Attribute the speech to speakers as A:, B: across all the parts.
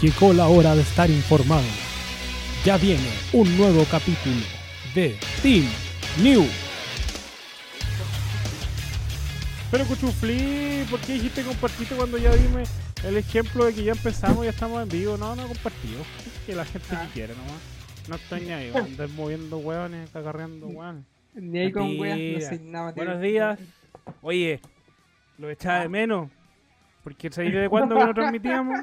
A: Llegó la hora de estar informado. Ya viene un nuevo capítulo de Team New.
B: Pero Cuchufli, ¿por qué dijiste compartiste cuando ya dime el ejemplo de que ya empezamos y ya estamos en vivo? No, no compartido. Que la gente
C: Ah.
B: que quiere nomás. No estoy ni ahí, andas moviendo hueones, agarreando hueones.
C: Ni ahí con weas, no
B: Mentira.
C: sé nada. tío.
B: Buenos días. Oye, lo echaba de menos. Porque ¿sabéis de cuándo que no transmitíamos?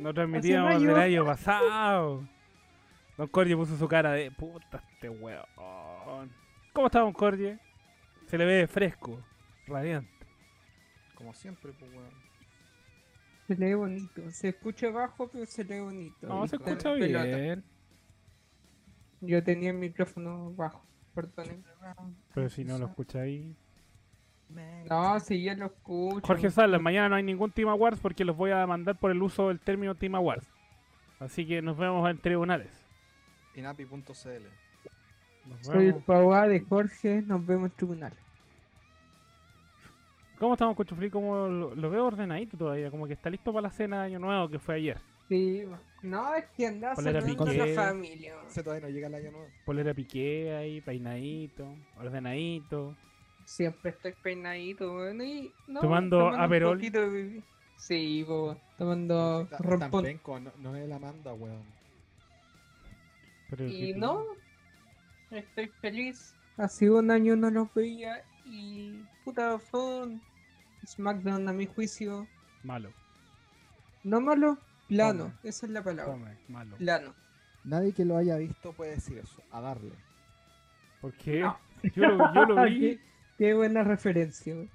B: No transmitíamos
C: Hace
B: del
C: mayo.
B: año pasado. Don Corje puso su cara de puta este weón. ¿Cómo está Don Corje? Se le ve fresco, radiante.
D: Como siempre, pues, weón.
C: Se lee bonito. Se escucha bajo, pero se lee bonito.
B: No, se
C: Está
B: escucha
C: pelota.
B: bien.
C: Yo tenía el micrófono bajo, perdonen.
B: Pero si no lo escucha ahí.
C: No, si ya lo escucho.
B: Jorge Salas, mañana no hay ningún Team Awards porque los voy a demandar por el uso del término Team Awards. Así que nos vemos en tribunales.
D: Inapi.cl.
B: Nos
C: Soy el
B: vemos.
C: papá de Jorge, nos vemos en tribunal.
B: ¿Cómo estamos, Cochufli? Como lo, lo veo ordenadito todavía, como que está listo para la cena de Año Nuevo que fue ayer.
C: Sí, va. no, es que andaba
B: Polera
C: saludando a la
B: piqué.
C: familia. va.
D: Se todavía no llega el año nuevo.
B: Polera piqué ahí, peinadito, ordenadito.
C: Siempre estoy peinadito, bueno, y... No,
B: Tomando
C: un
B: Aperol.
C: poquito de bebida. Sí, po, tomando
D: Está- está en
C: rompón.
D: penco, no, no es la manda, weón.
B: Pero
C: Y
B: qué
C: no, estoy feliz. Hace un año no los veía y puta fue un SmackDown a mi juicio.
B: pinta. Malo,
C: No malo, plano.
B: Toma.
C: Esa es la palabra.
B: come, malo.
C: Plano.
D: Nadie que lo haya visto puede decir eso. A darle.
B: ¿Por qué? Yo, lo, yo lo vi.
C: Ah, qué, qué buena referencia. wey.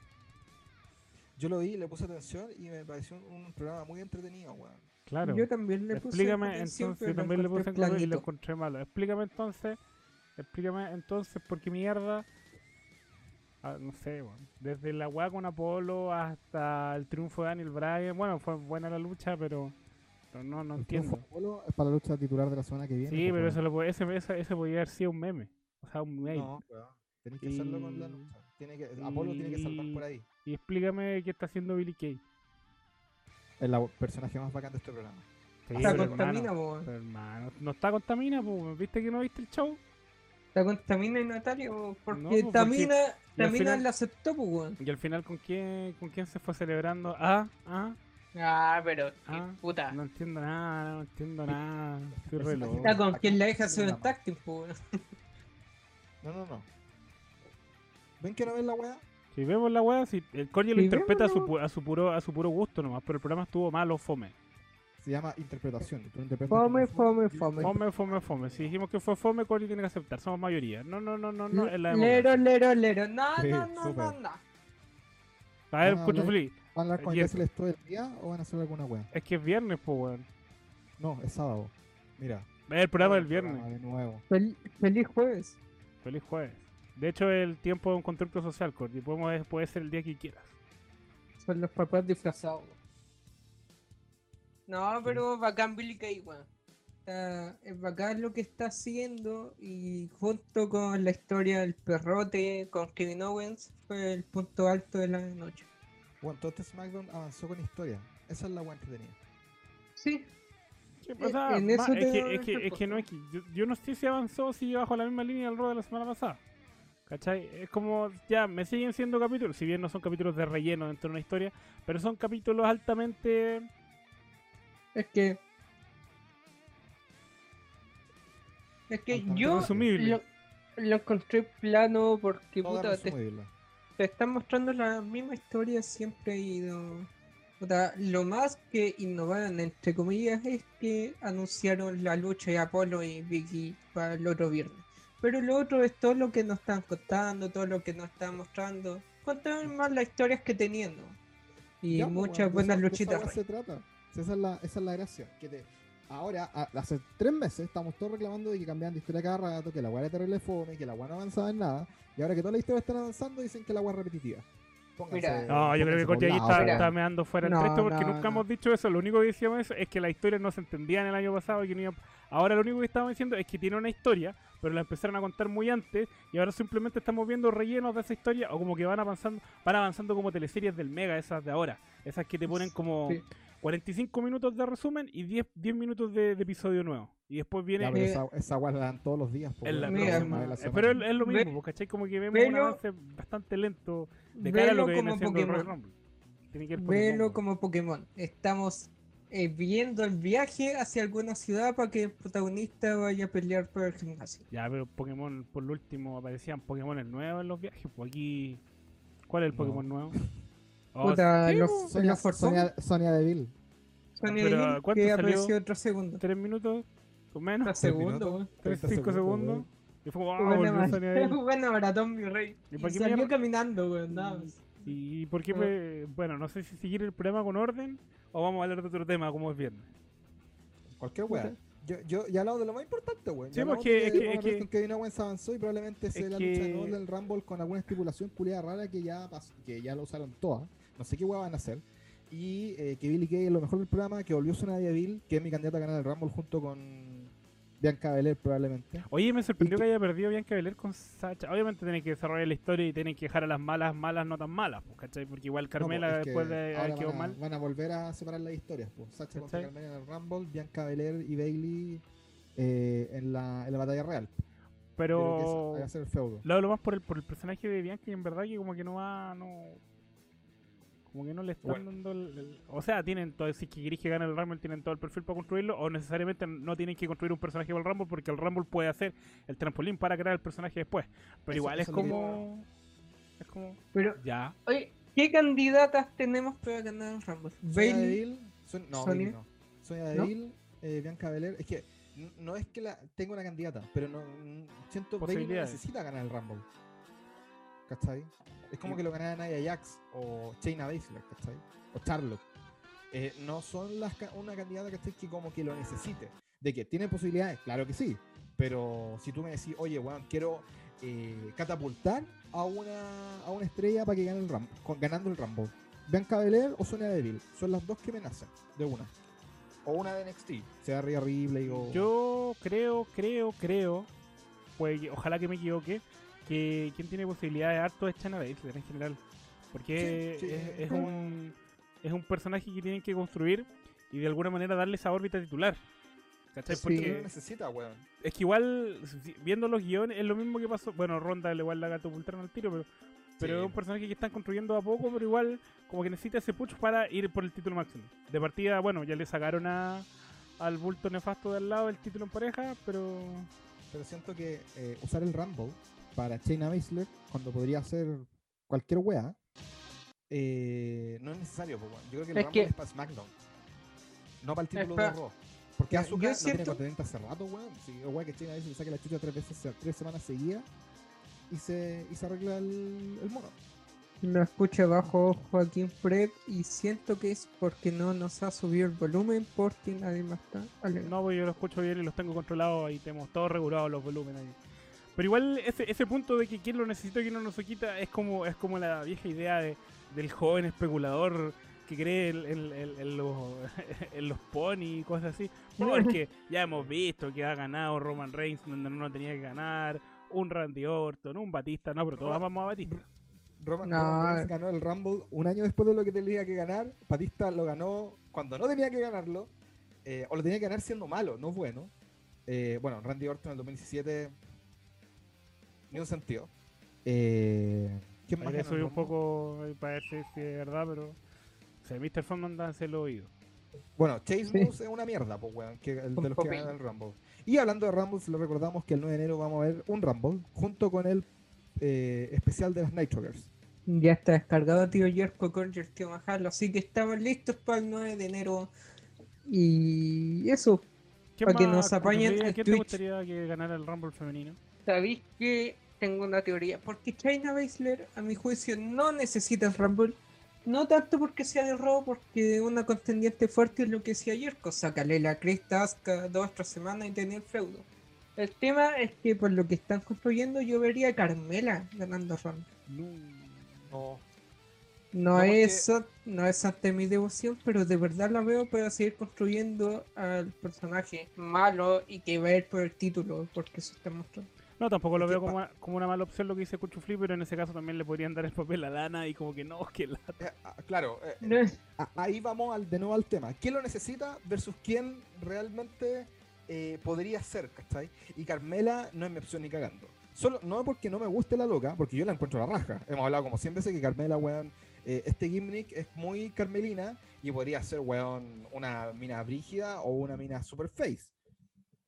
D: Yo lo vi, le puse atención y me pareció un programa muy entretenido, weón.
B: Claro.
C: Yo también le puse
B: Explícame
C: atención,
B: entonces, yo
C: pero lo
B: también le puse
C: encontré
B: en color y lo
C: planito.
B: encontré malo. Explícame entonces, explícame entonces por qué mierda. ah, no sé, weón, desde la weá con Apolo hasta el triunfo de Daniel Bryan. Bueno, fue buena la lucha, pero, pero no, no
E: El
B: entiendo.
E: triunfo de Apolo es para la lucha titular de la semana que viene.
B: Sí,
E: pues,
B: pero
E: weón.
B: eso, lo, po- ese, ese, ese podía haber sido un meme. O sea, un meme.
D: No, weón. Tenés que hacerlo con la
B: Y-
D: lucha. Tiene que, Apolo tiene que saltar por ahí.
B: Y explícame qué está haciendo Billy Kay.
E: Es la-
D: El personaje más bacán de este programa.
B: Sí,
C: Está
B: pero
C: contamina,
B: hermano,
C: po, wey.
B: pero hermano, no está contamina, pues. ¿Viste que no viste el show?
C: Está contamina y Natalia, wey,
B: No,
C: porque
B: pues, porque-
C: Tamina,
B: y al
C: Tamina
B: final-
C: la aceptó, pues, weón.
B: Y al final, ¿con quién, con quién se fue celebrando? Ah, ah.
C: Ah, pero qué
B: Ah,
C: puta.
B: No entiendo nada, no entiendo nada. Estoy
D: Pero
B: re
D: si la
B: loco.
C: Está con
D: Acá
C: quien la
D: no
C: deja
D: se
C: hacer un
D: llama.
C: táctil, pues, weón.
D: No, no, no. ¿Ven que no ven la weá?
B: Si vemos la weá, si el Corje lo
C: Si
B: interpreta a
C: vemos
B: su, pu- a, su puro, a su puro gusto nomás, pero el programa estuvo malo, fome.
E: Se llama interpretación. Tú interpretas
C: Fome,
E: como
C: fome,
E: fome.
C: fome.
B: Fome, fome, fome. Si dijimos que fue fome, Corje tiene que aceptar. Somos mayoría. No, no, no, no, no. Es la
C: lero,
B: democracia.
C: lero, lero. No,
E: Sí,
C: no, no, no,
E: súper.
C: no.
B: A ver,
C: Ah,
E: Van a
B: Cuchufli,
E: ¿Van a hablar con
B: Ayer.
E: el se les del día o van a hacer alguna weá?
B: es que es viernes, pues weón.
E: No, es sábado. Mira.
B: Es el programa del
E: el
B: viernes.
E: programa De nuevo.
C: Fel- feliz jueves.
B: Feliz jueves. De hecho, el tiempo es un constructo social, Corje. Podemos, puede ser el día que quieras.
C: Son los papás disfrazados. No, pero bacán Billy Kay, weón. Está- Es bacán lo que está haciendo y junto con la historia del perrote con Kevin Owens fue el punto alto de la noche.
D: Bueno, todo este SmackDown avanzó con historia. Esa es la weá entretenida.
C: Sí,
B: ¿Qué pasa?
C: en eso
B: Ma- es,
C: te
B: que,
C: doy
B: es, que, es que no es que- Yo, yo no sé si avanzó o si bajo la misma línea del Raw de la semana pasada. ¿Cachai? Es como, ya, me siguen siendo capítulos, si bien no son capítulos de relleno dentro de una historia, pero son capítulos altamente...
C: es que. Es que
E: Altamente
C: yo
B: consumible.
C: lo, lo encontré plano porque
D: Todo
C: puta, te,
D: resumible.
C: te están mostrando la misma historia siempre y no- o sea, lo más que innovaron entre comillas es que anunciaron la lucha de Apolo y Vicky para el otro viernes. Pero lo otro es todo lo que nos están contando, todo lo que nos están mostrando. Contaron más las historias que teniendo. Y
E: Ya, pues,
C: muchas
E: weón, de
C: buenas
E: esa- de esa
C: luchitas.
E: weá se trata. Si esa, es la, esa es la gracia. Que te- ahora, a- hace tres meses, estamos todos reclamando de que cambiaban de historia cada rato, que la weá era terrible fome, que la weá no avanzaba en nada. Y ahora que todas las historias están avanzando, dicen que la weá es repetitiva. Pónganse-
C: Mira.
B: No, yo creo que
E: pónganse por
B: Corti ahí
E: lado,
B: está,
C: Mira.
E: weón.
B: está meando fuera el
C: No,
B: resto porque
C: no,
B: nunca
C: no.
B: hemos dicho eso. Lo único que decíamos eso es que la historia no se entendía en el año pasado. Y que no iba- Ahora lo único que estamos diciendo es que tiene una historia, pero la empezaron a contar muy antes y ahora simplemente estamos viendo rellenos de esa historia o como que van avanzando van avanzando como teleseries del Mega, esas de ahora. Esas que te ponen como...
C: Sí.
B: 45 minutos de resumen y 10, 10 minutos de, de episodio nuevo. Y después viene.
E: Ya, pero esa, esa weá la dan todos los días. po,
B: en la
E: weón,
C: mira,
E: una vez a la
B: próxima. Eh,
E: semana.
B: Pero es, es lo
C: Ve-
B: mismo, ¿cachai? Como que vemos un
C: velo-
B: avance bastante lento de cara a lo
C: Velo
B: que viene
C: como
B: siendo el Royal
C: Pokémon.
B: Rumble. Tiene que ir por
C: Velo
B: Pokémon.
C: como Pokémon. Estamos eh, viendo el viaje hacia alguna ciudad para que el protagonista vaya a pelear por el gimnasio.
B: Ya, pero Pokémon, por lo último, aparecían Pokémon nuevos en los viajes. Pues aquí. ¿Cuál es el
E: No.
B: Pokémon nuevo? Oh,
C: Puta,
B: sí,
C: los-
B: po.
E: Sonia,
C: los Forzón,
E: Sonia, Sonia Deville.
C: Sonia
B: Pero,
C: Deville,
B: ¿cuánto
C: que
B: salió?
C: apareció otros segundos.
B: Tres minutos o
C: Tres
B: menos.
C: segundos,
D: minutos.
C: weón.
B: 35
E: 30
B: segundos.
E: weón.
B: Y fue como, ah,
C: Buena
B: volvió
C: mar-
B: Sonia Deville.
C: Buena maratón, mi rey.
B: ¿Y
C: Y
B: para qué
C: salió
B: mierda?
C: caminando, weón. nada más.
B: ¿Y por qué?
C: Ah.
B: me- Bueno, no sé si seguir el programa con orden o vamos a hablar de otro tema como es viernes.
E: Cualquier
C: weá.
E: Yo, yo ya hablado de lo más importante, weón.
B: Sí,
E: Ya hablamos
B: porque-
E: de
B: es que-
E: Roman
B: es que-
E: Reigns con Kevin Owens avanzó y probablemente sea
B: es
E: la
B: que-
E: lucha de del Rumble con alguna estipulación culiada rara que ya, pas- que ya lo usaron todas. No sé qué weá van a hacer. Y eh, que Billy Kay es lo mejor del programa, que volvió Sonia Deville, que es mi candidata a ganar el Rumble junto con Bianca Belair probablemente.
B: Oye, me sorprendió
E: Y
B: que haya perdido Bianca Belair con Sacha. Obviamente tienen que desarrollar la historia y tienen que dejar a las malas, malas, no tan malas, pues, ¿cachai? Porque igual Carmela
E: No, pues, es que
B: después de
E: ahora
B: haber quedado
E: van a,
B: mal.
E: Van a volver a separar las historias. Pues. Sacha contra
B: ¿Cachai?
E: Carmela en el Rumble, Bianca Belair y Bailey eh, en, la, en la batalla real. Creo que esa-
B: Pero
E: vaya a ser el feudo.
B: lo hablo más por el, por el personaje de Bianca y en verdad que como que no va, no... Como que no le están
E: Bueno.
B: dando el, el- O sea, tienen todo, si es que querés que gane el Rumble, tienen todo el perfil para construirlo, o necesariamente no tienen que construir un personaje para el Rumble, porque el Rumble puede hacer el trampolín para crear el personaje después. Pero
E: Eso-
B: igual
E: eso
B: es
E: es lo que
B: como... Es como...
C: Pero,
B: Ya.
C: oye, ¿qué candidatas tenemos para ganar el Rumble?
E: Sonia
C: Bailey.
E: Deville, Son- no,
C: Sonia.
E: Bailey no. Sonia
C: ¿No?
E: Deville, eh, Bianca Belair. Es que n- no es que la, tengo una candidata, pero no mm, siento que Bailey no
B: Posibilidades.
E: necesita ganar el Rumble. ¿Cachai? Es como
B: Y-
E: que lo ganara Nadia Jax o Shayna Baszler, ¿cachai? O Charlotte. Eh, no son las ca- una candidata ¿cachai? que como que lo necesite. De que tiene posibilidades, claro que sí. Pero si tú me decís, oye, weón, quiero eh, catapultar a una, a una estrella para que gane el Rumble, con, ganando el Rumble. Bianca Belair o Sonia Deville. Son las dos que me nacen de una. O una de NXT. Sea Rhea Ripley o.
B: Yo creo, creo, creo, pues ojalá que me equivoque, que quien tiene posibilidades harto es Chana Baszler en general. Porque
E: Sí, sí,
B: es,
E: es
B: es un, es un personaje que tienen que construir y de alguna manera darle esa órbita titular. ¿Cachai?
E: Sí,
B: Porque
E: no necesita, weón.
B: es que igual, si- viendo los guiones, es lo mismo que pasó. Bueno, Ronda igual la catapultaron al tiro, pero, pero
E: Sí.
B: es un personaje que están construyendo a poco, pero igual como que necesita ese push para ir por el título máximo. De partida, bueno, ya le sacaron a, al bulto nefasto de al lado el título en pareja, pero...
E: Pero siento que eh, usar el Rumble para Shayna Baszler cuando podría hacer cualquier wea. eh, no es necesario, po, weón. Yo creo que el
C: Es
E: Rumble
C: que-
E: es para SmackDown. No para el título
C: pa-
E: de Raw. Porque
C: Ya, yo
E: Asuka no tiene
C: siento-
E: contendiente hace rato, weón. Si o weón que Shayna Baszler saque la chucha tres veces, se- tres semanas seguidas y se, y se arregla el, el mono.
C: Lo escucho abajo Joaquín Fred y siento que es porque no nos ha subido el volumen porque nadie más está alegando.
B: No, pues yo lo escucho bien y los tengo controlados y tenemos todos regulados los volúmenes ahí. Pero igual ese, ese punto de que quién lo necesita y quién no nos lo quita es como, es como la vieja idea de- del joven especulador que cree en, en- en- en los, en los pony y cosas así. Porque ya hemos visto que ha ganado Roman Reigns donde no tenía que ganar, un Randy Orton, un Batista, no, pero todos vamos a Batista.
E: Roman,
C: No,
E: Roman
C: a
E: Reigns ganó el Rumble un año después de lo que tenía que ganar. Batista lo ganó cuando no tenía que ganarlo. eh, o lo tenía que ganar siendo malo, no bueno. Eh, bueno, Randy Orton en el 2017. Ni un sentido. Eh, ¿Quién
B: Ahí
E: más
B: le
E: ganó el
B: subí un
E: Rumble?
B: poco eh, para ver si si es verdad, pero... O sea, Mr. Fondant anda hacia el oído.
E: Bueno, Chase
C: Sí.
E: Moose es una mierda, pues, weón, que el de los que
C: Popeye.
E: ganan el Rumble. Y hablando de Rumble, le recordamos que el 9 de enero vamos a ver un Rumble junto con el eh, especial de las Night Joggers.
C: Ya está descargado, tío Jerko, con Jerko Majalo. Así que estamos listos para el 9 de enero. Y eso,
B: ¿Quién
C: Para que
B: más,
C: nos apañen
B: Rodrigo,
C: en
B: ¿Quién te
C: Twitch.
B: gustaría que ganara el Rumble femenino?
C: sabéis que tengo una teoría. Porque China Baszler, a mi juicio, no necesita el Rumble. No tanto porque sea de robo, porque una contendiente fuerte es lo que decía Jerko. Sácale la cresta Asuka dos o tres semanas y tener feudo. El tema es que por lo que están construyendo, yo vería a Carmela ganando Rumble.
E: No,
C: No,
E: No, porque-
C: es, an- no es ante mi devoción, pero de verdad la veo para seguir construyendo al personaje malo y que va a ir por el título, porque eso está mostrando.
B: No, tampoco lo
E: Es que
B: veo
E: pa-
B: como, como una mala opción lo que dice Cuchufli, pero en ese caso también le podrían dar el papel a Lana y como que no, que la...
E: Eh, ah, claro, eh,
C: No es-
E: a- ahí vamos al, de nuevo al tema. ¿Quién lo necesita versus quién realmente eh, podría ser, ¿cachai? Y Carmela no es mi opción ni cagando. Solo, no porque no me guste la loca, porque yo la encuentro la raja. Hemos hablado como 100 veces que Carmela, weón, eh, este gimmick es muy carmelina y podría ser, weón, una mina brígida o una mina super face.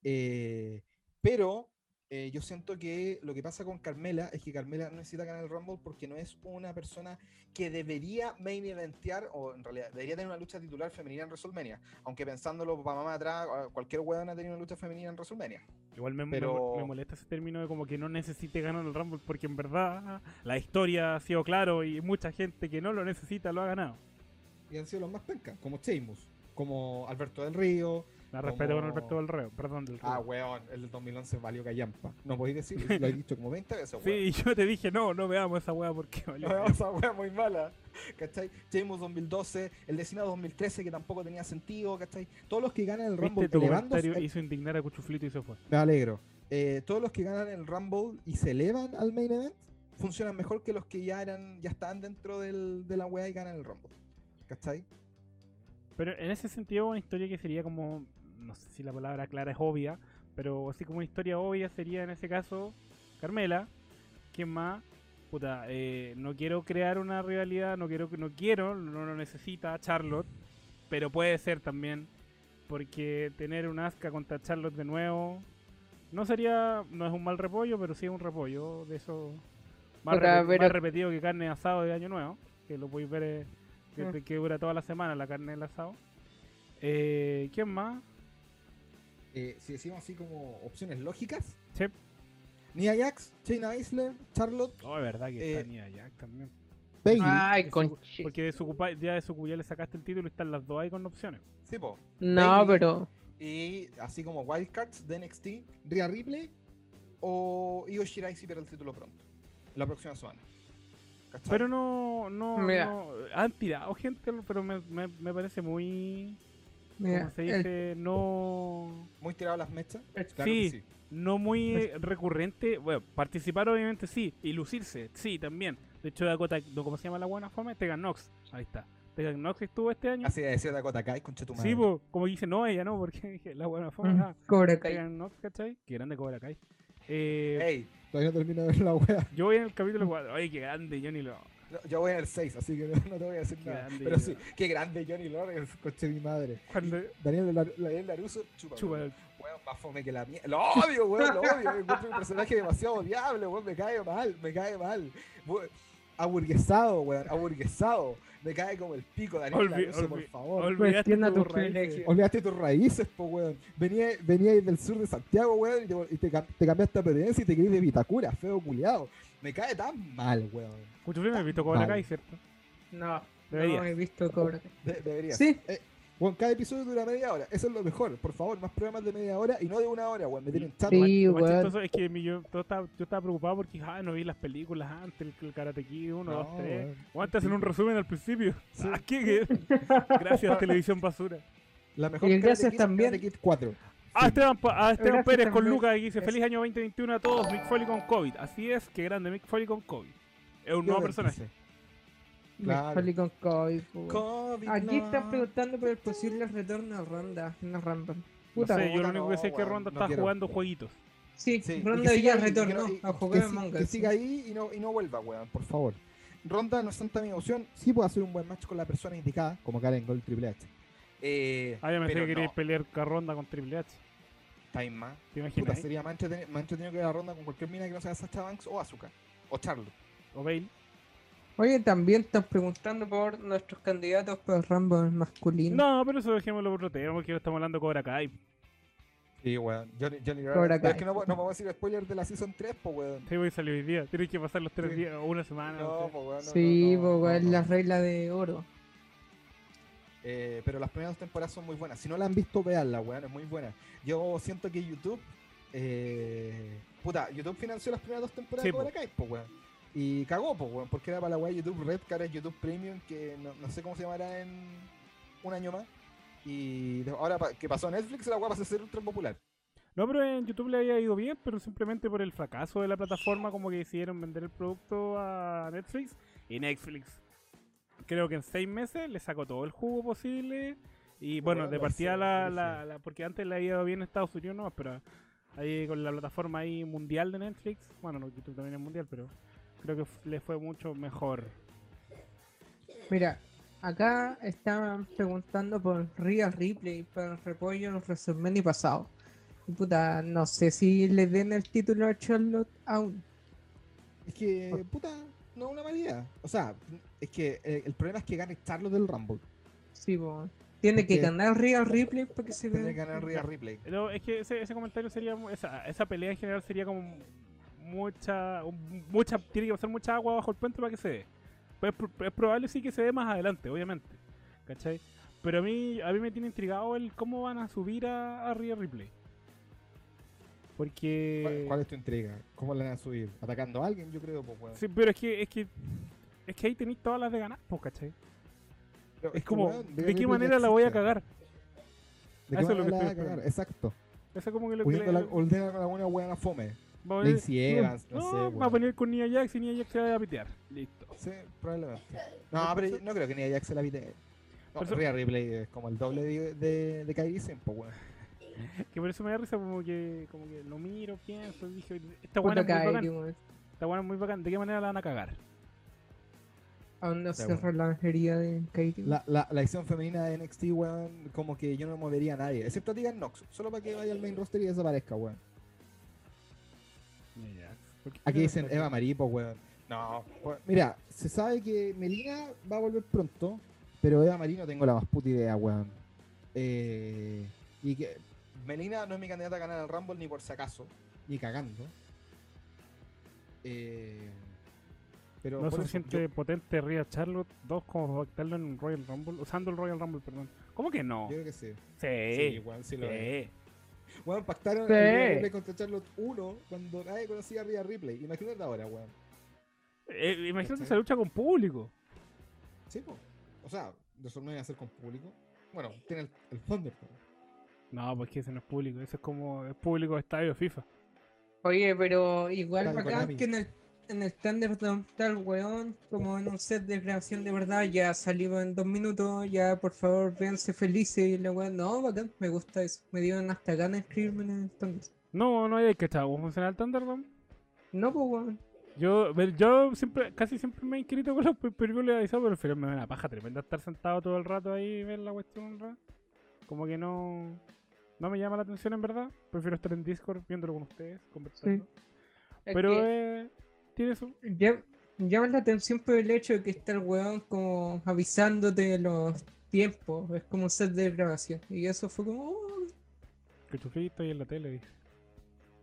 E: Eh, pero eh, yo siento que lo que pasa con Carmela es que Carmela no necesita ganar el Rumble porque no es una persona que debería main eventear o en realidad debería tener una lucha titular femenina en WrestleMania. Aunque pensándolo para más atrás, ah, cualquier weón ha tenido una lucha femenina en WrestleMania.
B: Igual me, me
E: Pero-
B: mo- me molesta ese término de como que no necesite ganar el Rumble porque en verdad la historia ha sido claro y mucha gente que no lo necesita lo ha ganado.
E: Y han sido los más pencas, como Sheamus, como Alberto del Río.
B: La respeto con
E: Como-
B: Alberto del Reo, perdón del Reo.
E: Ah, weón, el del 2011 valió callampa. No podéis decir, lo he dicho como 20 veces,
B: sí,
E: weón.
B: y yo te dije, no, no veamos esa weá porque valió.
E: No, esa wea muy mala. ¿Cachai? Sheamus 2012, el Decino 2013 que tampoco tenía sentido, ¿cachai? Todos los que ganan el Rumble
B: Viste, tu
E: elevando
B: comentario
E: el-
B: hizo indignar a Cuchuflito y se fue.
E: Me alegro. Eh, todos los que ganan el Rumble y se elevan al main event funcionan mejor que los que ya eran, ya están dentro del- de la wea y ganan el Rumble. ¿Cachai?
B: Pero en ese sentido, una historia que sería como, no sé si la palabra clara es obvia, pero así como una historia obvia sería en ese caso Carmela, quien más, puta, eh, no quiero crear una rivalidad, no quiero, no quiero, no lo necesita Charlotte, pero puede ser también, porque tener un Asuka contra Charlotte de nuevo, no sería, no es un mal repollo, pero sí es un repollo de eso más,
C: Puta,
B: repeti-
C: pero-
B: más repetido que carne asado de año nuevo, que lo podéis ver eh, que,
C: Mm.
B: que dura toda la semana la carne del asado. Eh, ¿Quién más?
E: Eh, si decimos así como opciones lógicas,
B: Sí.
E: Nia Jax, Shayna Baszler, Charlotte.
B: Oh, es verdad que
E: Eh,
B: está Nia Jack también.
F: Bailey,
C: Ay,
B: Desocu-
C: conche.
B: Porque de su cupa- ya de su cuya le sacaste el título y están las dos ahí con opciones.
E: Sí, po.
C: No,
E: Bailey.
C: pero.
E: Y así como Wildcards de NXT, Rhea Ripley o Io Shirai si pierde el título pronto. La próxima semana. ¿Cachai?
B: Pero no, no,
C: Mira.
B: no- han tirado gente, pero me, me- me parece muy,
C: Mira,
B: ¿cómo se
C: el-
B: dice? No,
E: Muy tirado a las mechas.
C: el-
E: Claro que
B: Sí. no muy eh, recurrente. Bueno, participar obviamente sí, y lucirse, sí, también. De hecho, Dakota, no, ¿cómo se llama la buena fome? Tegan Nox, ahí está. Tegan Nox estuvo este año.
E: Así de decir Dakota Kai, concha tu Ah, madre.
B: Sí, po, como dice, no, ella no, porque dije, la buena fome.
C: Mm,
B: ah.
C: Cobra Kai.
B: Tegan Nox, ¿cachai? Qué grande Cobra Kai. Eh,
E: Ey,
F: todavía no termino de ver la wea.
B: Yo voy en el capítulo 4. Oye, qué grande Johnny Lo.
E: No, Yo voy en el 6, así que no, no te voy a decir
B: Qué
E: nada.
B: grande,
E: Pero sí,
B: Johnny.
E: qué grande Johnny Lawrence,
F: Coche de mi madre.
B: Cuando
F: Daniel, la-
E: Daniel Laruso, chupa.
B: chupa,
E: Weón, Weón, más fome que la mierda. Lo odio, weón, lo odio. Encuentro un personaje demasiado odiable, weón. Me cae mal, me cae mal. Weón, aburguesado, weón, aburguesado. Me cae como el pico, Daniel
B: Olvi-
E: Laruso, por
B: olvi-
E: favor.
B: olvidaste
C: Cuestiona
B: tu
C: tus
B: raíces.
C: privilegios.
F: Olvidaste tus raíces, po, weón. Venía, venía del sur de Santiago, weón, y te, y te, cam- te cambiaste a Providencia y te querís de Vitacura, feo culiado.
E: Me cae tan mal.
F: Mal, weón.
B: Mucho me he visto Cobra
F: Vale.
B: Kai, ¿cierto?
C: No,
B: Deberías.
C: no he visto Cobra Kai.
E: De- debería.
C: Sí,
E: Weón, cada episodio dura media hora. Eso es lo mejor. Por favor, más programas de media hora y no de una hora, weón. Me tienen chato.
C: Sí,
B: Lo más
C: weón.
B: chistoso es que mi- yo, todo estaba, yo estaba preocupado porque ah, no vi las películas antes, el, el Karate Kid 1, 2, 3.
F: weón.
B: Weón, te hacen un resumen al principio.
E: Sí.
B: Ah, ¿qué, qué? Gracias, televisión basura.
E: La mejor
C: Y el
E: Karate
C: gracias
E: Kid,
C: también.
E: Karate Kid 4.
B: A Esteban, Pa- a Esteban
C: Gracias
B: Pérez con
C: también.
B: Lucas que dice:
E: Es-
B: Feliz año 2021 a todos, Mick Foley con COVID. Así es, qué grande, Mick Foley con COVID. Es un nuevo
E: Yo
B: personaje.
E: Claro.
C: me salí con COVID. po.
E: COVID,
C: Aquí
E: no.
C: están preguntando por el posible retorno a Ronda. No, Ronda. Puta.
B: No sé, yo lo
E: puta,
B: único
E: no,
B: que sé es que
E: weón,
B: Ronda
E: no
B: está
E: quiero.
B: jugando jueguitos.
C: Sí,
E: Sí, y
C: Ronda
E: que
C: ya
E: siga ahí, que
C: retornó
E: no- y-
C: a
F: Que,
C: jugar a
F: si-
C: Among
F: que
C: Us.
F: siga ahí.
E: y no, y no vuelva, weón, por favor. Ronda no es tanta mi opción. Sí puedo hacer un buen match con la persona indicada.
F: Como Karen Gold Triple H.
E: Eh,
B: Ah, ya me sé que
E: pero
B: queréis
E: no,
B: pelear con Ronda con Triple H.
E: time más.
B: ¿Te
E: Puta,
B: imaginas?
E: sería más entretenido, más entretenido que la ronda con cualquier mina que no sea Sacha Banks o Azuka. O Charlotte.
B: O Bale.
C: Oye, también están preguntando por nuestros candidatos para Rambo masculino.
B: No, pero eso dejémoslo por otro tema, porque ahora estamos hablando de Cobra Kai.
E: Sí, weón. Johnny, Johnny
C: Cobra
E: Rivera. Pero
C: Kai.
E: es que no, po- no podemos decir spoiler de la Season 3, po, weón.
B: Te voy a salir hoy día. Tienes que pasar los tres
E: Sí.
B: días o una semana.
E: No,
B: o sea.
E: po, weón. no,
C: sí,
E: no, no,
C: po,
E: no,
C: weón,
E: no.
C: la regla de oro.
E: Eh, pero las primeras dos temporadas son muy buenas. Si no la han visto, veanla, weón, es muy buena. Yo siento que YouTube. eh, puta, YouTube financió las primeras dos temporadas
B: Sí,
E: de Cobra Kai, po, weón. Y cagó, po, weón, porque era para la weá YouTube Red, que ahora es YouTube Premium, que no, no sé cómo se llamará en un año más. Y de- ahora pa- que pasó a Netflix, la weá pasa a ser ultra popular.
B: No, pero en YouTube le había ido bien, pero simplemente por el fracaso de la plataforma, como que decidieron vender el producto a Netflix. Y Netflix, creo que en seis meses le sacó todo el jugo posible. Y bueno,
E: Bueno,
B: de
E: la
B: partida, la,
E: serie,
B: la- la- porque antes le había ido bien en Estados Unidos, no, pero ahí con la plataforma ahí mundial de Netflix, bueno, no, YouTube también es mundial, pero creo que f- le fue mucho mejor.
C: Mira, acá estaban preguntando por Real Replay para el repollo resumen y pasado. Y Puta, no sé si le den el título a Charlotte aún.
G: Es que,
E: Puta, no es una mala idea. O sea, es que eh, el problema es que gane Charlo del Rumble.
C: Sí, po. Tiene que
E: Porque-
C: ganar Real Replay para que se
E: Tiene que
C: vea.
E: ganar Rhea Ripley.
B: Pero es que ese, ese comentario sería, mu- esa, esa pelea en general sería como mucha, un- mucha, tiene que pasar mucha agua bajo el puente para que se dé. Pues es pr- es probable sí que se dé más adelante, obviamente, ¿cachai? Pero a mí, a mí me tiene intrigado el cómo van a subir a, a Rhea Ripley. Porque...
E: ¿Cuál, cuál es tu intriga? ¿Cómo le van a subir? ¿Atacando a alguien? Yo creo, pues, weón.
B: Sí, pero es que, es que, es que ahí tenéis todas las de ganar, pues, ¿cachai?
E: Pero
B: Es
E: que,
B: como,
E: weón, Rhea
B: ¿de
E: Ripley
B: qué
E: ya
B: manera la voy a
E: existe.
B: cagar?
G: ¿de
B: Eso
G: qué
B: es
G: manera la va a
B: lo que estoy
G: cagar?
B: esperando.
G: Exacto.
B: Eso como que lo que...
E: Poniendo la-
B: le-
E: Ordena con alguna weona fome.
B: va a poner-
E: Lacey Evans, no, sé,
B: va a
E: weón.
B: poner con Nia Jax y Nia Jax se la va a pitear. Listo.
E: Sí, probablemente. No, pero yo no creo que ni Ajax se la pite. No,
B: Por eso-
E: Rhea Ripley es como el doble de, de, de Kairi Sen, pues, weón.
B: Que por eso me da risa, como que, como que lo miro, pienso, dije, esta buena
C: Puta
B: es muy
C: Kairi,
B: bacán,
C: weón.
B: esta buena es muy bacán, ¿de qué manera la van a cagar?
C: Aún no
E: Está
C: cerró la lancería de Kairi.
E: La, la, la edición femenina de NXT, weón, como que yo no movería a nadie. Excepto a Tegan Nox. Solo para que vaya al main roster y desaparezca, weón.
B: ¿Por qué
E: Aquí
B: te
E: dicen
B: respetas?
E: Eva Maripo, weón. Pues, No, weón.
G: Mira, se sabe que Melina va a volver pronto, pero Eva Marín
E: no tengo la más puta idea, weón. Eh, y que Melina no es mi candidata a ganar el Rumble ni por si acaso, ni cagando. Eh, pero
B: No es
E: por eso,
B: suficiente potente Rhea Charlotte 2 como para pactarlo en un Royal Rumble, usando el Royal Rumble, perdón. ¿Cómo que
E: yo,
B: no?
E: yo creo que sí. Sí,
B: Sí, Eh,
E: weón, sí
B: sí.
E: lo es. Weón, pactaron
C: Sí.
E: el Royal Rumble contra Charlotte 1 cuando nadie conocía a Rhea Ripley. Imagínate ahora, weón.
B: Eh, imagínate
E: ¿Cachai?
B: esa lucha con público.
E: Sí, po. O sea, eso no iba a hacer con público. Bueno, tiene el, el Thunderdome.
B: No, porque ese no es público, eso es como, es público de estadio FIFA.
C: Oye, pero igual
E: Dale,
C: bacán
E: Konami.
C: que en el, en el Thunderdome tal weón, como en un set de grabación de verdad, ya salimos en dos minutos, ya por favor véanse felices y la weón, no, bacán, me gusta eso, me dieron hasta ganas de inscribirme en el Thunderdome.
B: No, no hay cachado, ¿cómo funciona el Thunderdome?
C: No, pues weón,
B: Yo, ver, yo siempre, casi siempre me he inscrito con los pay-per-view avisado, pero al final me da una paja tremenda estar sentado todo el rato ahí y ver la cuestión un rato. Como que no, no me llama la atención en verdad. Prefiero estar en Discord viéndolo con ustedes, conversando.
C: Es
B: Pero
C: que
B: eh, tiene eso.
C: llam- llama la atención por el hecho de que está el weón como avisándote de los tiempos, es como un set de grabación, y eso fue como, oh,
B: Que chuflí, estoy en la tele. dije.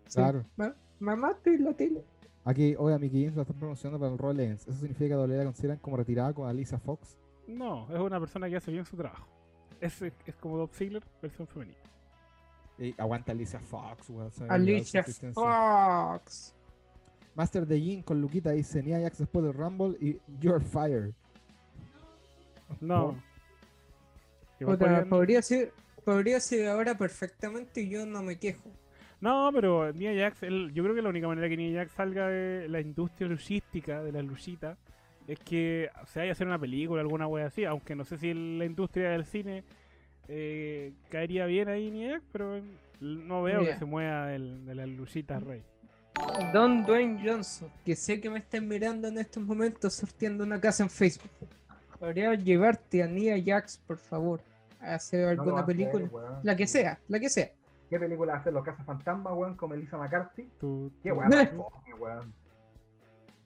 C: sí,
G: Claro.
C: ma- mamaste en la tele.
G: Aquí hoy a Mickey James la están promocionando para el Royal Legends. Eso significa que WWE la consideran como retirada con Alisa Fox.
B: No, es una persona que hace bien su trabajo. Es, es como Dob Ziggler, versión femenina.
E: Eh, aguanta Alicia Fox, weón. se me había olvidado su
C: Alicia
E: existencia.
C: Fox.
G: Master de Jin con Luquita dice Nia Jax después del Rumble y You're Fire.
B: No. Que me
C: Puta,
B: acuerdan-
C: podría ser, podría ser ahora perfectamente y yo no me quejo.
B: No, pero Nia Jax, el- yo creo que la única manera que Nia Jax salga de la industria luchística, de la luchita, es que se vaya a hacer una película, alguna wea así, aunque no sé si en la industria del cine eh, caería bien ahí Nia Jax, pero eh, no veo
C: Mira.
B: que se mueva del- de la luchita rey.
C: Don Dwayne Johnson, que sé que me están mirando en estos momentos sorteando una casa en Facebook. Podría llevarte a Nia Jax, por favor, a
H: No
C: hacer
H: lo va
C: alguna
H: a hacer,
C: película.
H: weón.
C: la que sea, la que sea.
H: ¿Qué película va a hacer? ¿Los Casas Fantasma, weón, con Melissa McCarthy?
B: Tú-
H: ¿Qué
B: tú-
H: weón?
C: Eh.
H: fome, weón.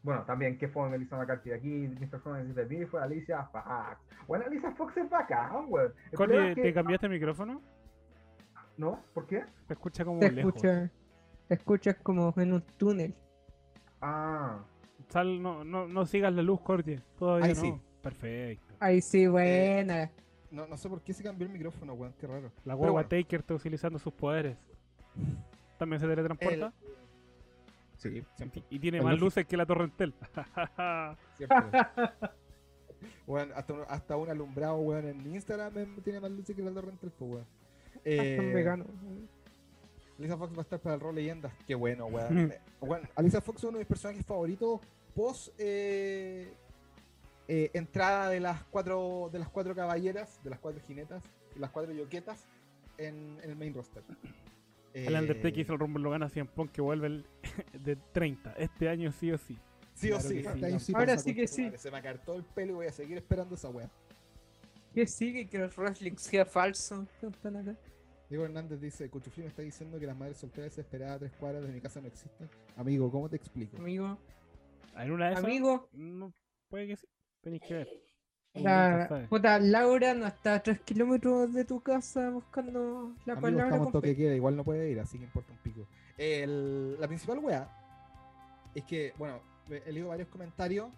H: Bueno, también, ¿qué fue Melissa McCarthy? Aquí, Mr. Sonic de mí fue Alicia Fox. Bueno, Alicia Fox es bacán, weón. El problema
B: Cole,
H: es que-
B: ¿te cambiaste el micrófono?
H: No, ¿por qué?
B: Se escucha como
C: Te
B: lejos.
C: escuchas, te escuchas como en un túnel.
H: Ah,
B: Sal, no, no, no sigas la luz, Corti. Todavía
E: Ahí
B: no.
E: sí.
B: Perfecto.
C: Ahí sí, buena.
E: No, no sé por qué se cambió el micrófono, weón, qué raro.
B: La
E: Pero
B: guagua
E: bueno,
B: Taker está utilizando sus poderes. También se teletransporta.
E: Sí, siempre,
B: Y- Y tiene
E: Es
B: más
E: lógico.
B: luces que la Torrentel.
E: siempre. Weón, hasta, un- hasta un alumbrado, weón, en Instagram em, tiene más luces que el de Rental, pues, weón.
C: Ah, son
E: Eh,
C: veganos.
I: Lisa Fox va a estar para el rol leyendas.
E: Qué bueno,
B: Mm.
E: weón. Eh, weón, Alisa Fox es uno de mis personajes favoritos post eh, eh, entrada de las cuatro de las cuatro caballeras, de las cuatro jinetas, de las cuatro yoquetas en, en el main roster.
B: El Undertaker
E: Eh,
B: hizo el rumbo lo gana 100 Punk que vuelve el- de 30. Este año sí o sí.
E: Sí o
B: Claro
E: sí.
B: que sí.
C: Ahora sí que sí.
E: Se me acartó el pelo y voy a seguir esperando esa weá.
C: ¿Qué sigue? Que el wrestling sea falso. Preguntan acá.
I: Diego Hernández dice, Cuchufli me está diciendo que las madres solteras desesperadas a tres cuadras de mi casa no existen. Amigo, ¿cómo te explico?
C: Amigo,
B: En una de esas.
C: amigo,
B: No, puede que sí. Tenéis que ver. Uno nunca
C: la
B: sabe.
C: puta Laura no está a 3 kilómetros de tu casa buscando la
I: Amigo,
C: palabra.
I: estamos en
C: con
I: toque
C: fe.
I: de queda, igual no puede ir, así
E: así que importa un pico. El- la principal wea es que, bueno, he he leído varios comentarios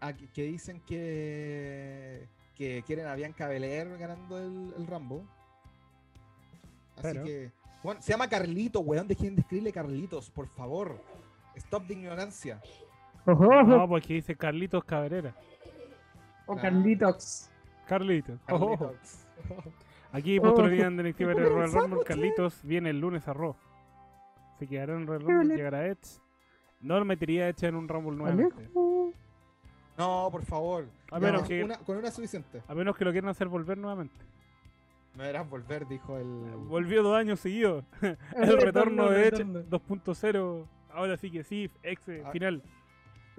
E: a que, que dicen que, que quieren a Bianca Belair ganando el, el Rambo. Así
B: Pero-
E: que, bueno, se llama Carlito, weón, dejen de escribirle Carlitos, por favor. Stop de ignorancia.
B: No, porque dice Carlitos Cabrera.
C: O Carlitos.
B: Carlitos. Ojo, ojo.
E: Carlitos.
B: Aquí
C: Oh.
B: postularían en directiva de
C: Pero
B: Royal
C: fue
B: Rumble. Carlitos viene el lunes a Raw. Se quedará en Royal Rumble,
C: Vale.
B: llegará Edge. No lo metería a Edge en un Rumble nuevamente.
C: Alejo.
E: No, por favor.
B: A
I: Ya,
B: menos
I: con
B: que,
I: una- con una es suficiente.
B: a menos que lo quieran hacer volver nuevamente.
E: Me verás volver, dijo el.
B: Volvió dos años seguidos. El retorno de Edge 2.0. Ahora sí que sí, ex eh,
E: Ah.
B: final.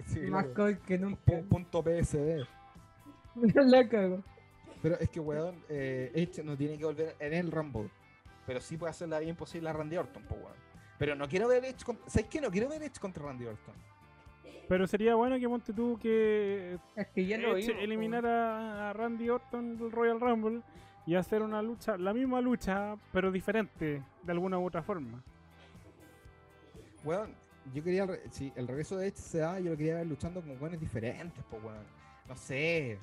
E: Sí,
C: Más
E: claro.
C: cool que nunca.
E: Pu- Punto PSD.
C: la cago.
E: Pero es que, weón, eh, Edge no tiene que volver en el Rumble. Pero sí puede hacer la vida imposible a Randy Orton, po, weón. Pero no quiero ver Edge contra... ¿Sabes qué? No quiero ver Edge contra Randy Orton.
B: Pero sería bueno que monte tú que
C: Es que ya lo
B: Edge
C: vimos.
B: eliminar a, a Randy Orton del Royal Rumble y hacer una lucha, la misma lucha, pero diferente, de alguna u otra forma.
E: Weón,
I: Yo quería, el re- si el regreso de Edge se da, yo lo quería ver luchando con buenos diferentes, po, weón.
E: no sé.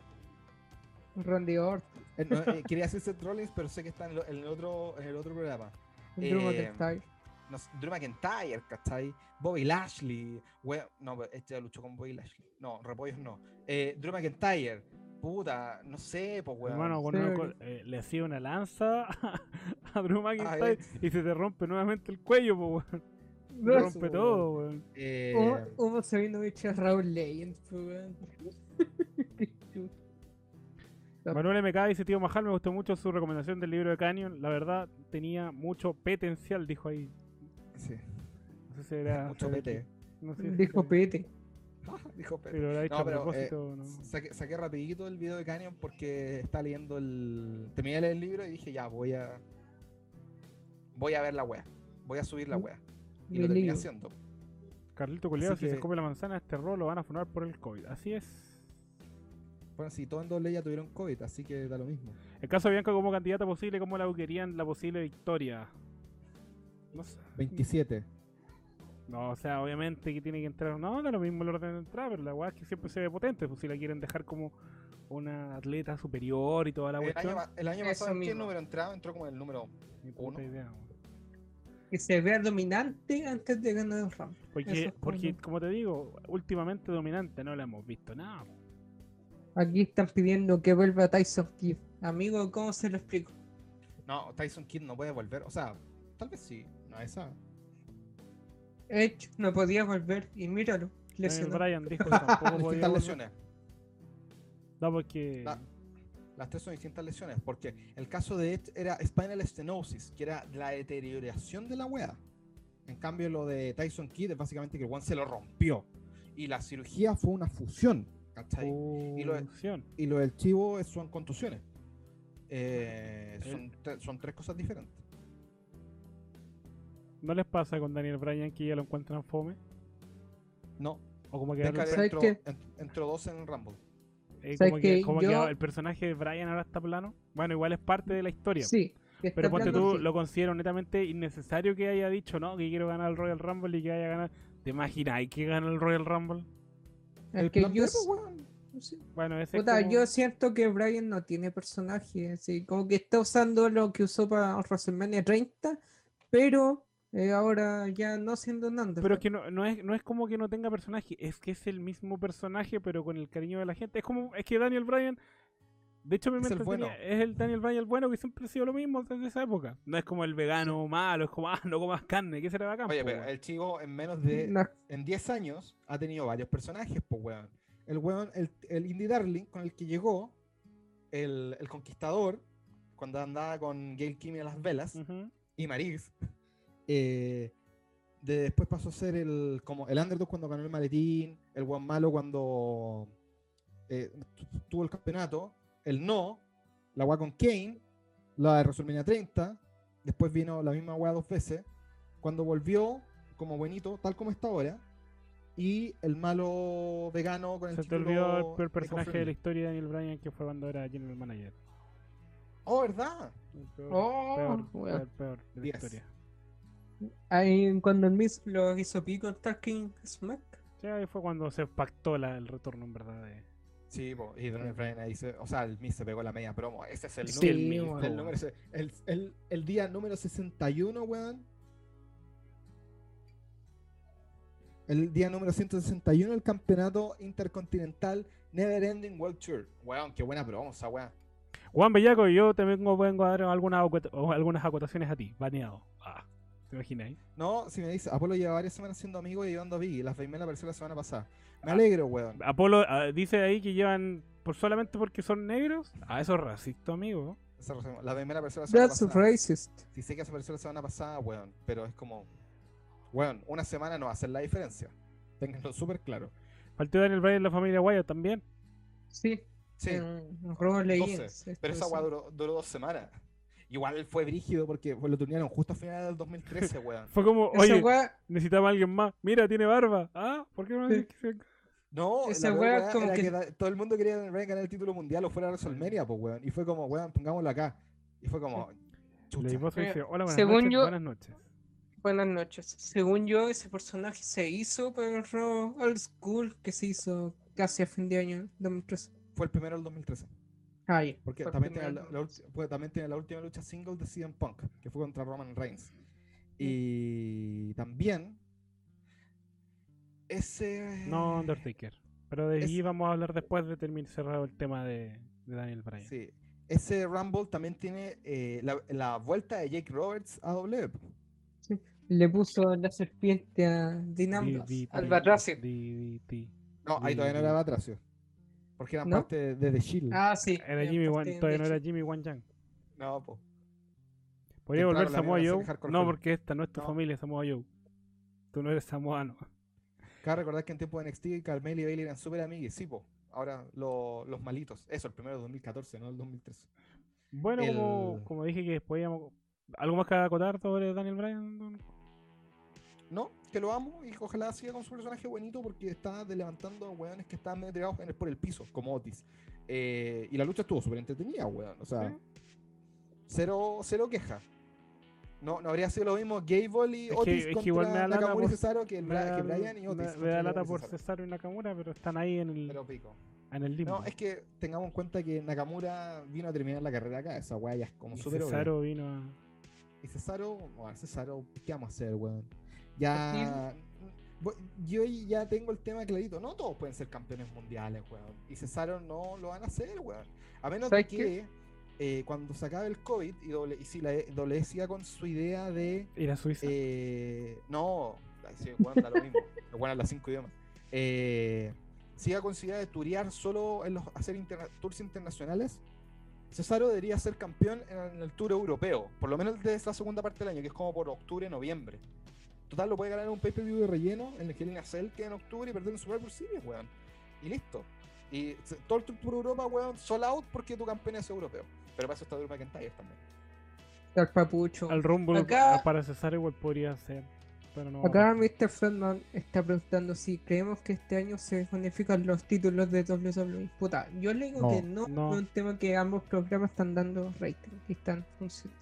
C: po. Randy Orton.
I: Eh, no, eh,
E: Quería hacer Seth Rollins, pero sé que está en, lo- en el, otro, en el otro programa.
C: Drew
E: Eh,
C: McIntyre.
E: No sé, Drew McIntyre, ¿cachai? Bobby Lashley. Weón, no, pero Edge ya luchó con Bobby Lashley. No, Repollos no. Eh, Drew McIntyre. Puta, no sé, pues, weón.
B: Hermano, con
C: Sí,
B: una
C: porque-
B: col- eh, le hacía una lanza a Drew
E: Ah,
B: McIntyre
E: es-
B: y se te rompe nuevamente el cuello, po, weón. Te
C: No,
B: rompe todo, weón.
E: Eh,
C: Hubo- Oh, Hubo Sabinovich a Raúl Legend, po, weón. Qué chulo. Claro.
B: Manuel MK dice, tío Majal, me gustó mucho su recomendación del libro de Canyon. La verdad, tenía mucho potencial, dijo ahí.
E: sí.
B: No sé si era...
E: Mucho
B: será
E: pete.
B: aquí. No sé si
C: Dijo
B: era-
C: Pete.
E: Dijo Pedro.
B: si lo habrá dicho
E: No,
B: a
E: pero, eh,
B: propósito o no.
E: Saqué, saqué rapidito el video de Canyon porque está leyendo el... Terminé de leer el libro y dije, ya, voy a... Voy a ver la wea. Voy a subir la
C: Mm.
E: wea. Y lo terminé haciendo.
B: Carlito Culeado,
E: así
B: si se
E: que-
B: come la manzana, este rol lo van a funar por el COVID. Así es.
I: bueno, si todos en doble ya tuvieron COVID, así que da lo mismo.
B: El caso de Bianca como candidata posible, ¿cómo la querían la posible victoria? No sé.
I: 27.
B: No, o sea, obviamente que tiene que entrar. No, da lo mismo el orden de entrada, pero la weá es que siempre se ve potente. Pues si la quieren dejar como una atleta superior y toda la
E: El año,
B: cuestión.
E: pa- el año
C: Eso
E: pasado, ¿en qué
C: mismo.
E: número entraba? Entró como en el número...
B: Ni puta
E: uno.
B: idea, weón.
C: Que se vea dominante antes de ganar el round.
B: Porque,
C: Eso es
B: porque,
C: como-
B: como te digo, últimamente dominante no la hemos visto nada.
C: Aquí están pidiendo que vuelva Tyson Kidd. Amigo, ¿cómo se lo explico?
E: No, Tyson Kidd no puede volver. O sea, tal vez sí. No, esa...
C: Edge no podía volver y míralo.
B: Daniel
C: Lesionado.
B: Bryan dijo que tampoco podía.
E: Distintas
B: volver.
E: lesiones.
B: No, porque.
E: La- Las tres son distintas lesiones. Porque el caso de Edge era spinal stenosis, que era la deterioración de la wea. En cambio, lo de Tyson Kidd es básicamente que el one se lo rompió. Y la cirugía
I: Gia fue una fusión.
E: ¿Cachai? y lo-
B: Fusión.
E: Y lo del chivo es- son contusiones. Eh, son, tre- son tres cosas diferentes.
B: ¿No les pasa con Daniel Bryan que ya lo encuentran fome?
E: No,
B: O como que,
E: Becker
B: ahora-
C: ¿Sabes
E: entró,
C: qué?
E: en- entró dos en el Rumble.
B: eh,
C: ¿sabes
B: como que,
C: qué?
B: como que
C: Yo-
B: ahora el personaje de Bryan ahora está plano. Bueno, igual es parte de la historia.
C: Sí. que
B: Pero
C: está
B: ponte
C: hablando
B: tú,
C: así.
B: lo considero netamente innecesario que haya dicho, no, que quiero ganar el Royal Rumble y que haya ganado. ¿Te imagináis que gana el Royal Rumble?
C: Es que
E: plan
C: yo,
E: B, pues, weón.
C: sí.
B: Bueno, ese es
C: Puta,
B: como-
C: yo siento que Brian no tiene personaje, así como que está usando lo que usó para WrestleMania 30, pero eh, ahora ya no siendo un underdog.
B: Pero es que no, no, es, no es como que no tenga personaje, es que es el mismo personaje, pero con el cariño de la gente. Es como, es que Daniel Bryan De hecho, mi
E: Es el
B: mente
E: bueno.
B: tenía- es el Daniel Bryan el bueno que siempre ha sido lo mismo desde esa época. No es como el vegano malo, es como, ah, no comas carne, que será bacán.
E: Oye,
B: po,
E: pero
B: weón.
E: el chico en menos de
C: No,
E: en 10 años ha tenido varios personajes, pues, weón.
J: El weón, el,
E: El Indie Darling con el que llegó, el, el Conquistador, cuando andaba con Gail Kimi a las velas,
B: Ujú.
E: y Maris.
J: eh,
E: de- después pasó a ser el como el underdog cuando ganó el maletín, el one malo cuando eh, tu- tu- tuvo el campeonato, el no, la weá con Kane, la de WrestleMania 30, después vino la misma weá dos veces, cuando volvió como buenito, tal como está ahora, y el malo vegano con el
B: Se te
E: título
B: olvidó el peor personaje de la
E: eco-friendly.
B: historia de Daniel Bryan que fue cuando era General Manager.
E: Oh, ¿verdad?
B: El peor,
C: Oh,
B: peor,
C: weón.
B: peor, peor de la
E: Diez.
B: historia.
C: Ahí cuando el Miz lo hizo pico en Talking Smack.
B: Sí, ahí fue cuando se pactó la- el retorno, en verdad. De...
E: Sí, po, y Daniel Bryan ahí se- o sea, el Miz se pegó la media promo, ese es el
C: Sí,
E: número-
B: Miz,
C: weón.
B: po,
E: el número ese- el- el- el día número 61, weón.
J: el día número 161 del campeonato
E: Intercontinental Never Ending World Tour. Weón, qué buena promo esa weá.
B: Juan Bellaco, yo te vengo, vengo a dar algunas, acota- o algunas acotaciones a ti, baneado. Ah, ¿Te imagináis?
E: No, si me dice, Apolo lleva varias semanas siendo amigo y ayudando a Biggie. Las Feimel apareció la semana pasada. Me alegro, weón.
B: Apolo ah, dice ahí que llevan por solamente porque son negros. Ah, eso es racista, amigo.
E: Esa razón- La Feimel apareció la semana
C: That's
E: pasada.
C: racist.
E: Sí sé que apareció la semana pasada, weón. Pero es como, weón, una semana no va a hacer la diferencia. Ténganlo súper claro.
B: Faltó Daniel Bryan en la familia Wyatt también.
C: Sí,
E: Sí,
C: en un robo Legends. esto
E: pero esa
C: es-
E: weá duró, duró dos semanas. Igual fue brígido porque pues, lo turnieron justo a finales del 2013, weón.
B: Fue como,
C: Esa
B: oye,
C: weá,
B: necesitaba a alguien más. Mira, tiene barba. Ah, ¿por qué no
C: Sí.
B: dices que se-
E: No,
C: Esa
E: la peor
C: weá
E: weá
C: como
E: era
C: que-
E: que da- todo el mundo quería Ryan ganar el título mundial o fuera de WrestleMania, pues weón. Y fue como, weón, pongámoslo acá. Y fue como,
B: Le
E: chucha.
B: digo, dice, hola, buenas
C: Según
B: noches,
C: yo-
B: buenas noches.
C: Buenas noches. Según yo, ese personaje se hizo para el robo old school que se hizo casi a fin de año 2013.
E: Fue el primero del 2013.
C: Ah, ya.
E: Porque
C: Fue el
E: también,
C: primero
E: tiene la,
C: del
E: la ulti- pues, también tiene la última lucha single de CM Punk, que fue contra Roman Reigns.
C: Mm.
E: Y también. Ese.
B: No, Undertaker. Pero de allí
E: Es-
B: vamos a hablar después de terminar cerrado el tema de, de Daniel Bryan.
E: Sí. Ese Rumble también tiene eh, la, la vuelta de Jake Roberts a W.
C: Le puso la serpiente a
B: Di-
C: Dinambras,
B: di-
C: al
B: di-
C: Batracio.
B: di- di- di.
E: No, ahí todavía no
B: Mm.
E: era Batracio. Porque eran
C: ¿No?
E: parte de The Shield.
C: Ah, sí.
B: Era
C: ya,
B: Jimmy
C: parte
B: Wan,
C: de
B: todavía no
C: Leche.
B: era Jimmy Wan Yang.
E: No, po.
B: Podría
E: Que claro,
B: volver
E: la
B: Samoa
E: mía va a
B: Joe.
E: ser hardcore
B: No,
E: film.
B: porque esta no es tu
E: No.
B: familia, Samoa Joe. Tú no eres samoano.
E: Cabe recordar que en tiempo de NXT, Carmel y Bailey eran súper amigos. Sí, po. Ahora lo- los malitos. Eso, el primero de 2014, no el 2013.
B: Bueno, como,
E: El-
B: como dije que podíamos... ¿Algo más que acotar sobre Daniel Bryan? don?
E: No, que lo amo y ojalá siga con su personaje bonito porque está de- levantando a weones que están medio tirados en el- por el piso, como Otis. Eh, y la lucha estuvo súper entretenida, weón. O sea, cero, cero queja. No, no habría sido lo mismo Gable y
B: Es que-
E: Otis
B: es que
E: contra
B: igual me da lata
E: Nakamura y
B: por-
E: Cesaro que, el
B: Me
E: Bra-
B: da-
E: que Bryan y
B: me-
E: Otis.
B: Me
E: contra
B: da
E: Nakamura
B: lata
E: y
B: por
E: Cesaro.
B: Cesaro y Nakamura, pero están ahí en el,
E: Pero pico.
B: en el limbo.
E: No, es que tengamos en cuenta que Nakamura vino a terminar la carrera acá. Esa weá ya es como
B: Y
E: súper obvia.
B: Cesaro vino a...
E: Y Cesaro, bueno, Cesaro, ¿qué vamos a hacer, weón? Ya. Bo- Yo ya tengo el tema clarito. No todos pueden ser campeones mundiales, weón. Y Cesaro no lo van a hacer, weón. A menos de
C: ¿Sabes
E: que eh, cuando se acabe el COVID y, doble, y si la E- doble siga con su idea de.
B: ir a Suiza.
E: eh, no, ay, sí, weón, da lo mismo. Lo bueno los cinco idiomas. Eh, siga con su idea de turear solo en los hacer interna- tours internacionales. Cesaro debería ser campeón en el Tour Europeo, por lo menos desde la segunda parte del año, que es como por octubre, noviembre. Total, lo puede ganar en un pay-per-view de relleno en el que Lina Cell queda en octubre y perder en Survivor Series, weón. Y listo. Y se- todo el Tour por Europa, weón, solo out porque tu campeón es europeo. Pero para eso está Drew McIntyre también.
C: Al Papucho.
B: Al Rumble
C: Acá-
B: ah, para Cesaro igual podría ser. Pero no. va a
C: Acá
B: pasar.
C: Mr. Fredman está preguntando si creemos que este año se unifican los títulos de WWE. Puta, yo le digo
J: No,
C: que no,
B: no.
C: es un tema que ambos programas están dando rating y están funcionando.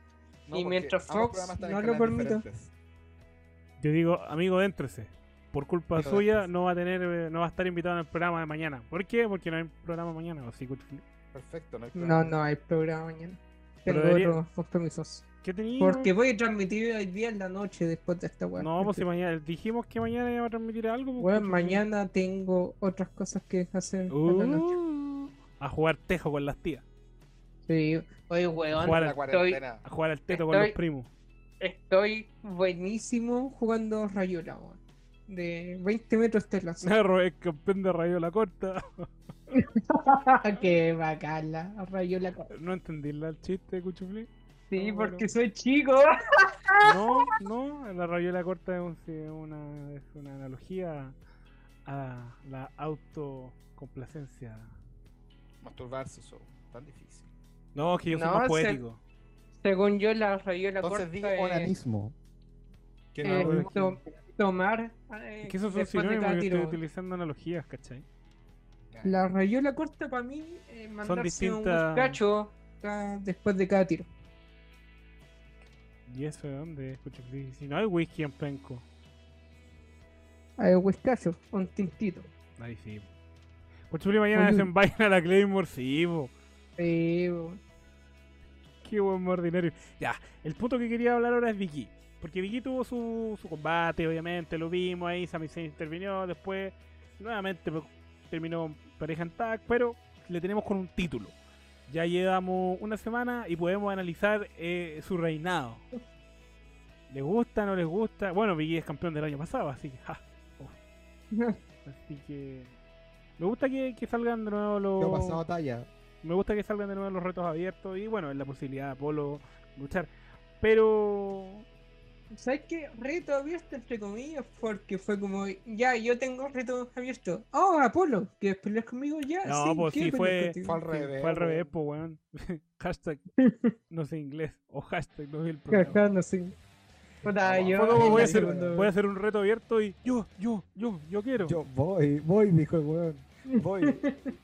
E: No,
C: Y
E: porque
C: mientras
E: ambos
C: Fox
E: programas están en
C: no lo
E: canales
C: permita.
E: diferentes.
B: Yo digo, amigo, éntrese. Por culpa
E: Amigo,
B: suya
E: déntrese.
B: no va a tener, eh, no va a estar invitado en el programa de mañana. ¿Por qué? Porque no hay programa mañana. o sí, cul-
E: Perfecto, no hay
C: No,
E: problema.
C: no hay programa mañana.
B: Pero
C: Tengo
B: debería-
C: otros compromisos.
B: ¿Qué tenía?
C: Porque voy a transmitir hoy día en la noche después de esta weá.
B: No, pues si
C: porque,
B: mañana dijimos que mañana iba a transmitir algo. pues,
C: weón,
B: concha,
C: mañana tengo otras cosas que hacer en la noche.
B: Uh, a jugar Uh, tejo con las tías.
C: Sí, oye, weón,
B: Jugar
D: la
B: al-
C: estoy,
D: cuarentena.
B: a jugar al teto con los
C: Estoy-
B: primos.
C: estoy buenísimo jugando Rayola, weón. De 20 metros te la saco.
B: Cerro es campeón de Rayola Corta.
C: Qué bacán la Rayola. corta.
B: No entendí la- el chiste, Cuchufli.
C: Sí,
B: No,
C: porque
B: no.
C: soy chico.
B: No, no, la Rayola Corta es, un- sí, es una, es una analogía a la autocomplacencia.
D: Masturbarse, eso. Tan difícil.
B: No, que yo soy
C: No,
B: más
C: se-
B: poético.
C: Según yo, la Rayola
D: Entonces di
C: corta es
E: Onanismo.
D: Que
C: eh,
D: no,
C: to- tomar. eh,
B: Es que esos son
C: después de cada
B: sinónimos, yo
C: tiro,
B: estoy
C: weón.
B: utilizando analogías, ¿cachai?
C: La rayola corta para mí es mandarse
B: distintas-
C: un cacho ca- después de cada tiro.
B: ¿Y eso de dónde? es, Cuchufli? Si no hay whisky en penco.
C: A huescacho, un tintito.
B: Ahí sí. Cuchufli, mañana
C: Oye.
B: desenvaina la Claymore, sí, po.
C: Sí, bo.
B: Qué buen ordinario. Ya, el punto que quería hablar ahora es Vicky. Porque Vicky tuvo su, su combate, obviamente, lo vimos ahí, Sami Zayn intervino, después nuevamente pues, terminó pareja en tag, pero le tenemos con un título. Ya llevamos una semana y podemos analizar eh, su reinado. ¿Les gusta, no les gusta? Bueno, Vicky es campeón del año pasado, así que... ja, así que... Me gusta que, que salgan de nuevo los...
E: Yo he pasado talla.
B: Me gusta que salgan de nuevo los retos abiertos y bueno, es la posibilidad de Apolo luchar. Pero
C: ¿Sabes qué? Reto abierto, entre comillas, porque fue como, ya, yo tengo reto abierto. Oh, Apolo, ¿quieres pelear conmigo? Ya,
B: No,
C: sí,
B: pues
C: quiero
B: sí,
C: pelear
B: fue-
C: contigo.
D: Fue al revés.
B: fue al revés,
D: weón.
B: po, weón. hashtag no sé inglés o hashtag no vi el programa.
C: Ajá, no sé. Puta,
D: No,
C: yo-
B: Fue como, voy a,
C: yo
B: hacer,
C: cuando-
B: voy a hacer un reto abierto y yo, yo, yo, yo quiero.
E: Yo voy, voy, dijo el weón. Voy.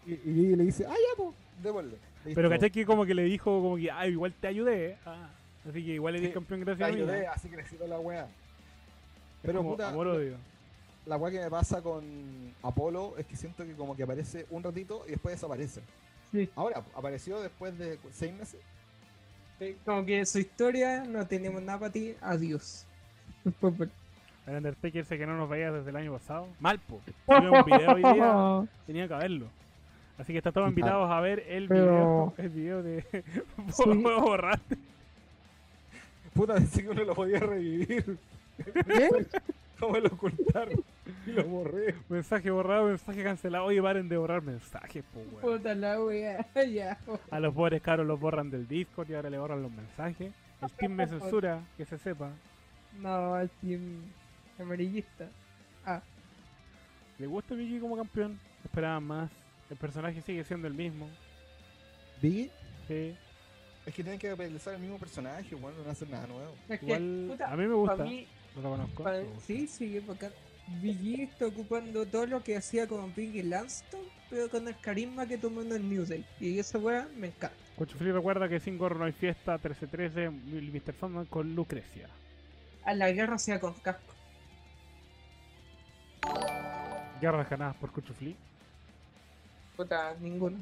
E: y, y Vicky le dice, ah, ya, po.
D: Devuelve.
B: Pero
E: Listo.
B: caché que como que le dijo como que, ah, igual te ayudé. eh. Ah, así que igual le di
D: Sí,
B: campeón
D: Te
B: gracias a mí.
D: ayudé,
B: Es
D: así creció la weá. Pero
B: como
D: puta,
B: amor odio.
D: la weá que me pasa con Apolo es que siento que como que aparece un ratito y después desaparece.
C: Sí.
D: Ahora, apareció después de cu- seis meses.
C: eh, Como que su historia, no tenemos nada para ti, adiós. Después, pues,
B: El Undertaker sé que no nos veía desde el año pasado. Mal, po. Tuve un video hoy día.
C: ¿Eh?
B: Tenía que haberlo. Así que están todos
E: Ah.
B: invitados a ver el video,
C: Pero-
B: el video de
C: Sí.
B: Puedo borrar.
D: Puta, pensé que uno lo podía revivir.
C: ¿Eh?
D: No me lo ocultaron. Y lo borré.
B: Mensaje borrado, mensaje cancelado. Oye, paren de borrar mensajes, po, weón.
C: Puta la wea, ya. oh,
B: A los pobres caros los borran del Discord y ahora le borran los mensajes. El team me censura, que se sepa.
C: No, el team amarillista. Ah,
B: ¿Le gusta Vicky como campeón? Esperaban más. El personaje sigue siendo el mismo.
E: Vicky,
B: Sí.
D: Es que tienen que realizar el mismo personaje, bueno, no hacen nada nuevo.
C: es que,
B: Igual
C: puta,
B: a mí me
C: para
B: gusta.
C: mí,
B: No lo conozco.
C: pa-
B: me gusta.
C: sí, sí, porque Biggie está ocupando todo lo que hacía con Biggie Lanston, pero con el carisma que tomó en el New Day. Y esa wea me encanta.
B: Cuchufli recuerda que sin gorro no hay fiesta. 1313, Mr. Sandman con Lucrecia.
C: A Ah, la guerra sea con casco.
B: Guerras ganadas por Cuchufli.
C: Puta, ninguno.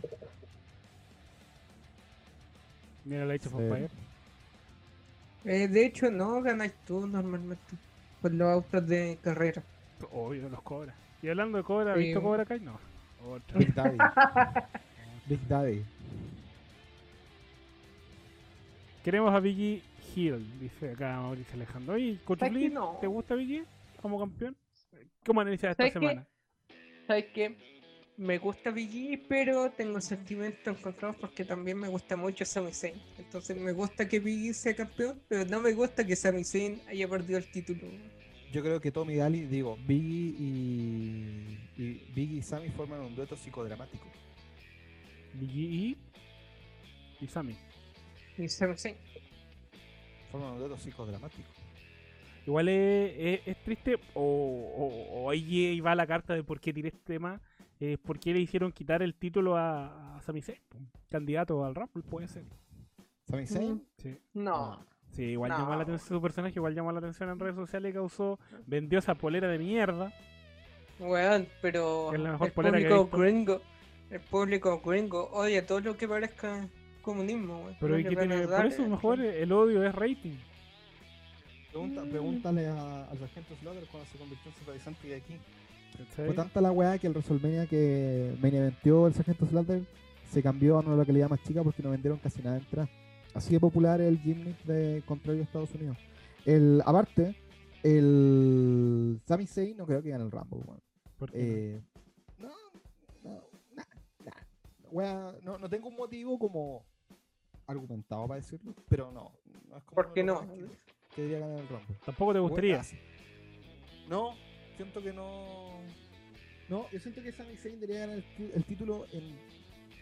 B: Mira la hecho
E: Sí.
B: Fire.
C: Eh, de hecho, no ganas tú normalmente por los autos de carrera.
B: Obvio, los cobra. Y hablando de cobra, ¿has
C: Sí,
B: visto Cobra
C: bueno.
B: Kai? No. Otra.
E: Big Daddy. Big Daddy.
B: Queremos a Vicky Hill, dice acá Mauricio Alejandro. ¿Y Cochufli,
C: que no?
B: te gusta Vicky como campeón? ¿Cómo analizas esta
C: ¿Sabes qué?
B: semana?
C: ¿Sabes qué? Me gusta Biggie, pero tengo sentimientos encontrados porque también me gusta mucho Sami Zayn. Entonces me gusta que Biggie sea campeón, pero no me gusta que Sami Zayn haya perdido el título.
D: Yo creo que Tommy Daly, digo, Biggie y, y Biggie y Sammy forman un dueto psicodramático.
B: Vicky y, y Sammy.
C: Y Sami Zayn.
D: Forman un dueto psicodramático.
B: Igual es, es- es triste, o, o, o ahí va la carta de por qué tiré este tema, es por qué le hicieron quitar el título a, a Sami Zayn, po. candidato al Rumble, puede ser.
D: ¿Sammy Zayn?
B: Sí.
C: No.
E: Ah.
B: Sí, igual
C: No.
B: llamó la atención su personaje, igual llamó la atención en redes sociales, causó, vendió esa polera de mierda.
C: Weón, pero
B: Es la mejor
C: el
B: polera que he
C: público
B: visto.
C: gringo, el público gringo odia todo lo que parezca comunismo, weón.
B: Pero
C: No
B: ¿y
C: le
B: qué
C: van a
B: tiene?
C: dar
B: Por eso
C: el-
B: mejor el odio es rating.
D: Pregunta,
E: Pregúntale a,
D: al sargento Slaughter cuando se convirtió en supervisante de aquí.
B: ¿cachai?
E: Fue tanta la weá que el WrestleMania que me inventó el Sargento Slaughter se cambió a una localidad más chica porque no vendieron casi nada de entrada. Así de popular es el gimmick de contrario a Estados Unidos. El, aparte, el Sami Zayn no creo que gane el Rumble, weón.
B: Porque
E: Eh, no, no, nah, nah. Wea, no, no tengo un motivo como argumentado para decirlo, pero no. no es como
C: ¿Por qué
E: lo
C: no?
E: más que- Que debería ganar el Rumble.
B: tampoco te gustaría.
E: Buenas. No, siento que no. No, yo siento que Sami Zayn debería ganar el, ti- el título en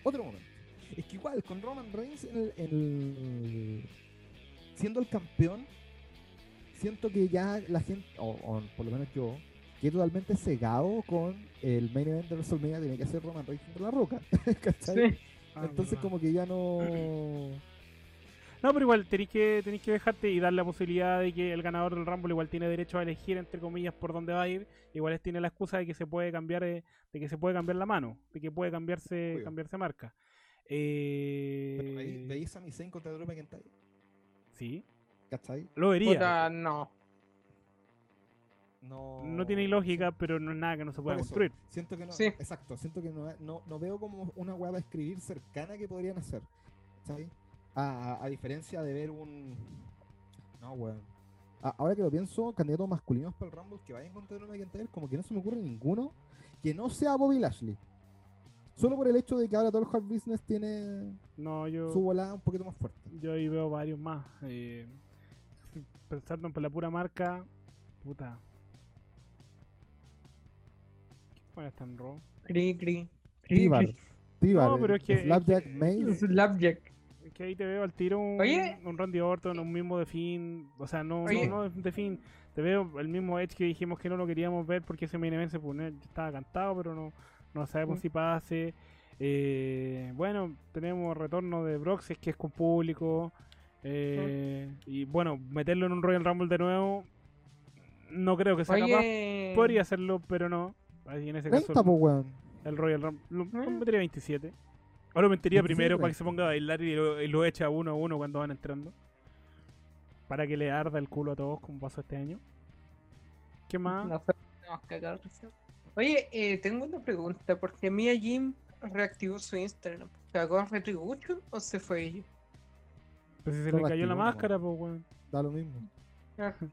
E: otro momento. Es que igual, con Roman Reigns en el- en el- siendo el campeón, siento que ya la gente, o, o por lo menos yo, quedé totalmente cegado con el main event de WrestleMania que tenía que hacer Roman Reigns contra la roca. ¿cachai?
B: Ah,
E: Entonces,
B: verdad.
E: como que ya no.
B: No, pero igual tenéis que tenéis que dejarte y dar la posibilidad de que el ganador del Rumble igual tiene derecho a elegir entre comillas por dónde va a ir. Igual tiene la excusa de que se puede cambiar eh, de que se puede cambiar la mano, de que puede cambiarse
E: Obvio.
B: cambiarse marca. Eh,
E: Pero veí- veí Sami Zayn contra Drew McIntyre,
B: sí,
E: ¿cachai?
B: lo vería.
C: Puta, no.
E: No,
B: No tiene lógica, pero no es nada que no se
E: Oh, Por
B: pueda
E: eso,
B: construir.
E: Siento que no,
C: Sí.
E: exacto, siento que no, no, no veo como una hueá para escribir cercana que podrían hacer. ¿cachai? A, a- a diferencia de ver un. No, weón. A- Ahora que lo pienso, candidatos masculinos para el Rumble que vayan contra Drew McIntyre, como que no se me ocurre ninguno que no sea Bobby Lashley. Solo por el hecho de que ahora todo el hard business tiene
B: No, yo
E: su volada un poquito más fuerte.
B: yo ahí veo varios más. Eh, pensando en la pura marca, puta. ¿Quién está en Raw?
C: Cri, cri. Cri,
E: Tíbar.
C: cri.
E: Tíbar.
B: No, pero
E: el
B: es que-
E: Slapjack Mace.
C: Slapjack.
B: Es que ahí te veo al tiro un,
C: Oye.
B: un Randy Orton, un mismo de Finn. O sea, no,
C: Oye.
B: no, no de Finn. Te veo el mismo Edge que dijimos que no lo queríamos ver porque ese main event se pone, estaba cantado, pero no, no sabemos si pase. Eh, bueno, tenemos retorno de Brock, si es que es con público. Eh, Y bueno, meterlo en un Royal Rumble de nuevo, no creo que sea capaz.
C: Oye.
B: Podría hacerlo, pero no. Ahí en ese caso,
E: 30, pues, weón.
B: el Royal Rumble. Lo, lo metería 27. Ahora lo metería
E: 27,
B: primero para
E: güey.
B: que se ponga a bailar y lo, y lo echa uno a uno cuando van entrando. Para que le arda el culo a todos como pasó este año. ¿Qué más?
C: No sé, no, cagar. Oye, eh, tengo una pregunta, porque Mia Jim reactivó su Instagram. ¿Cagó Retribution o se fue ella?
B: Pues si se
E: Lo
B: le cayó la
E: activó,
B: máscara, pues weón.
E: Da lo mismo.
C: Ajá.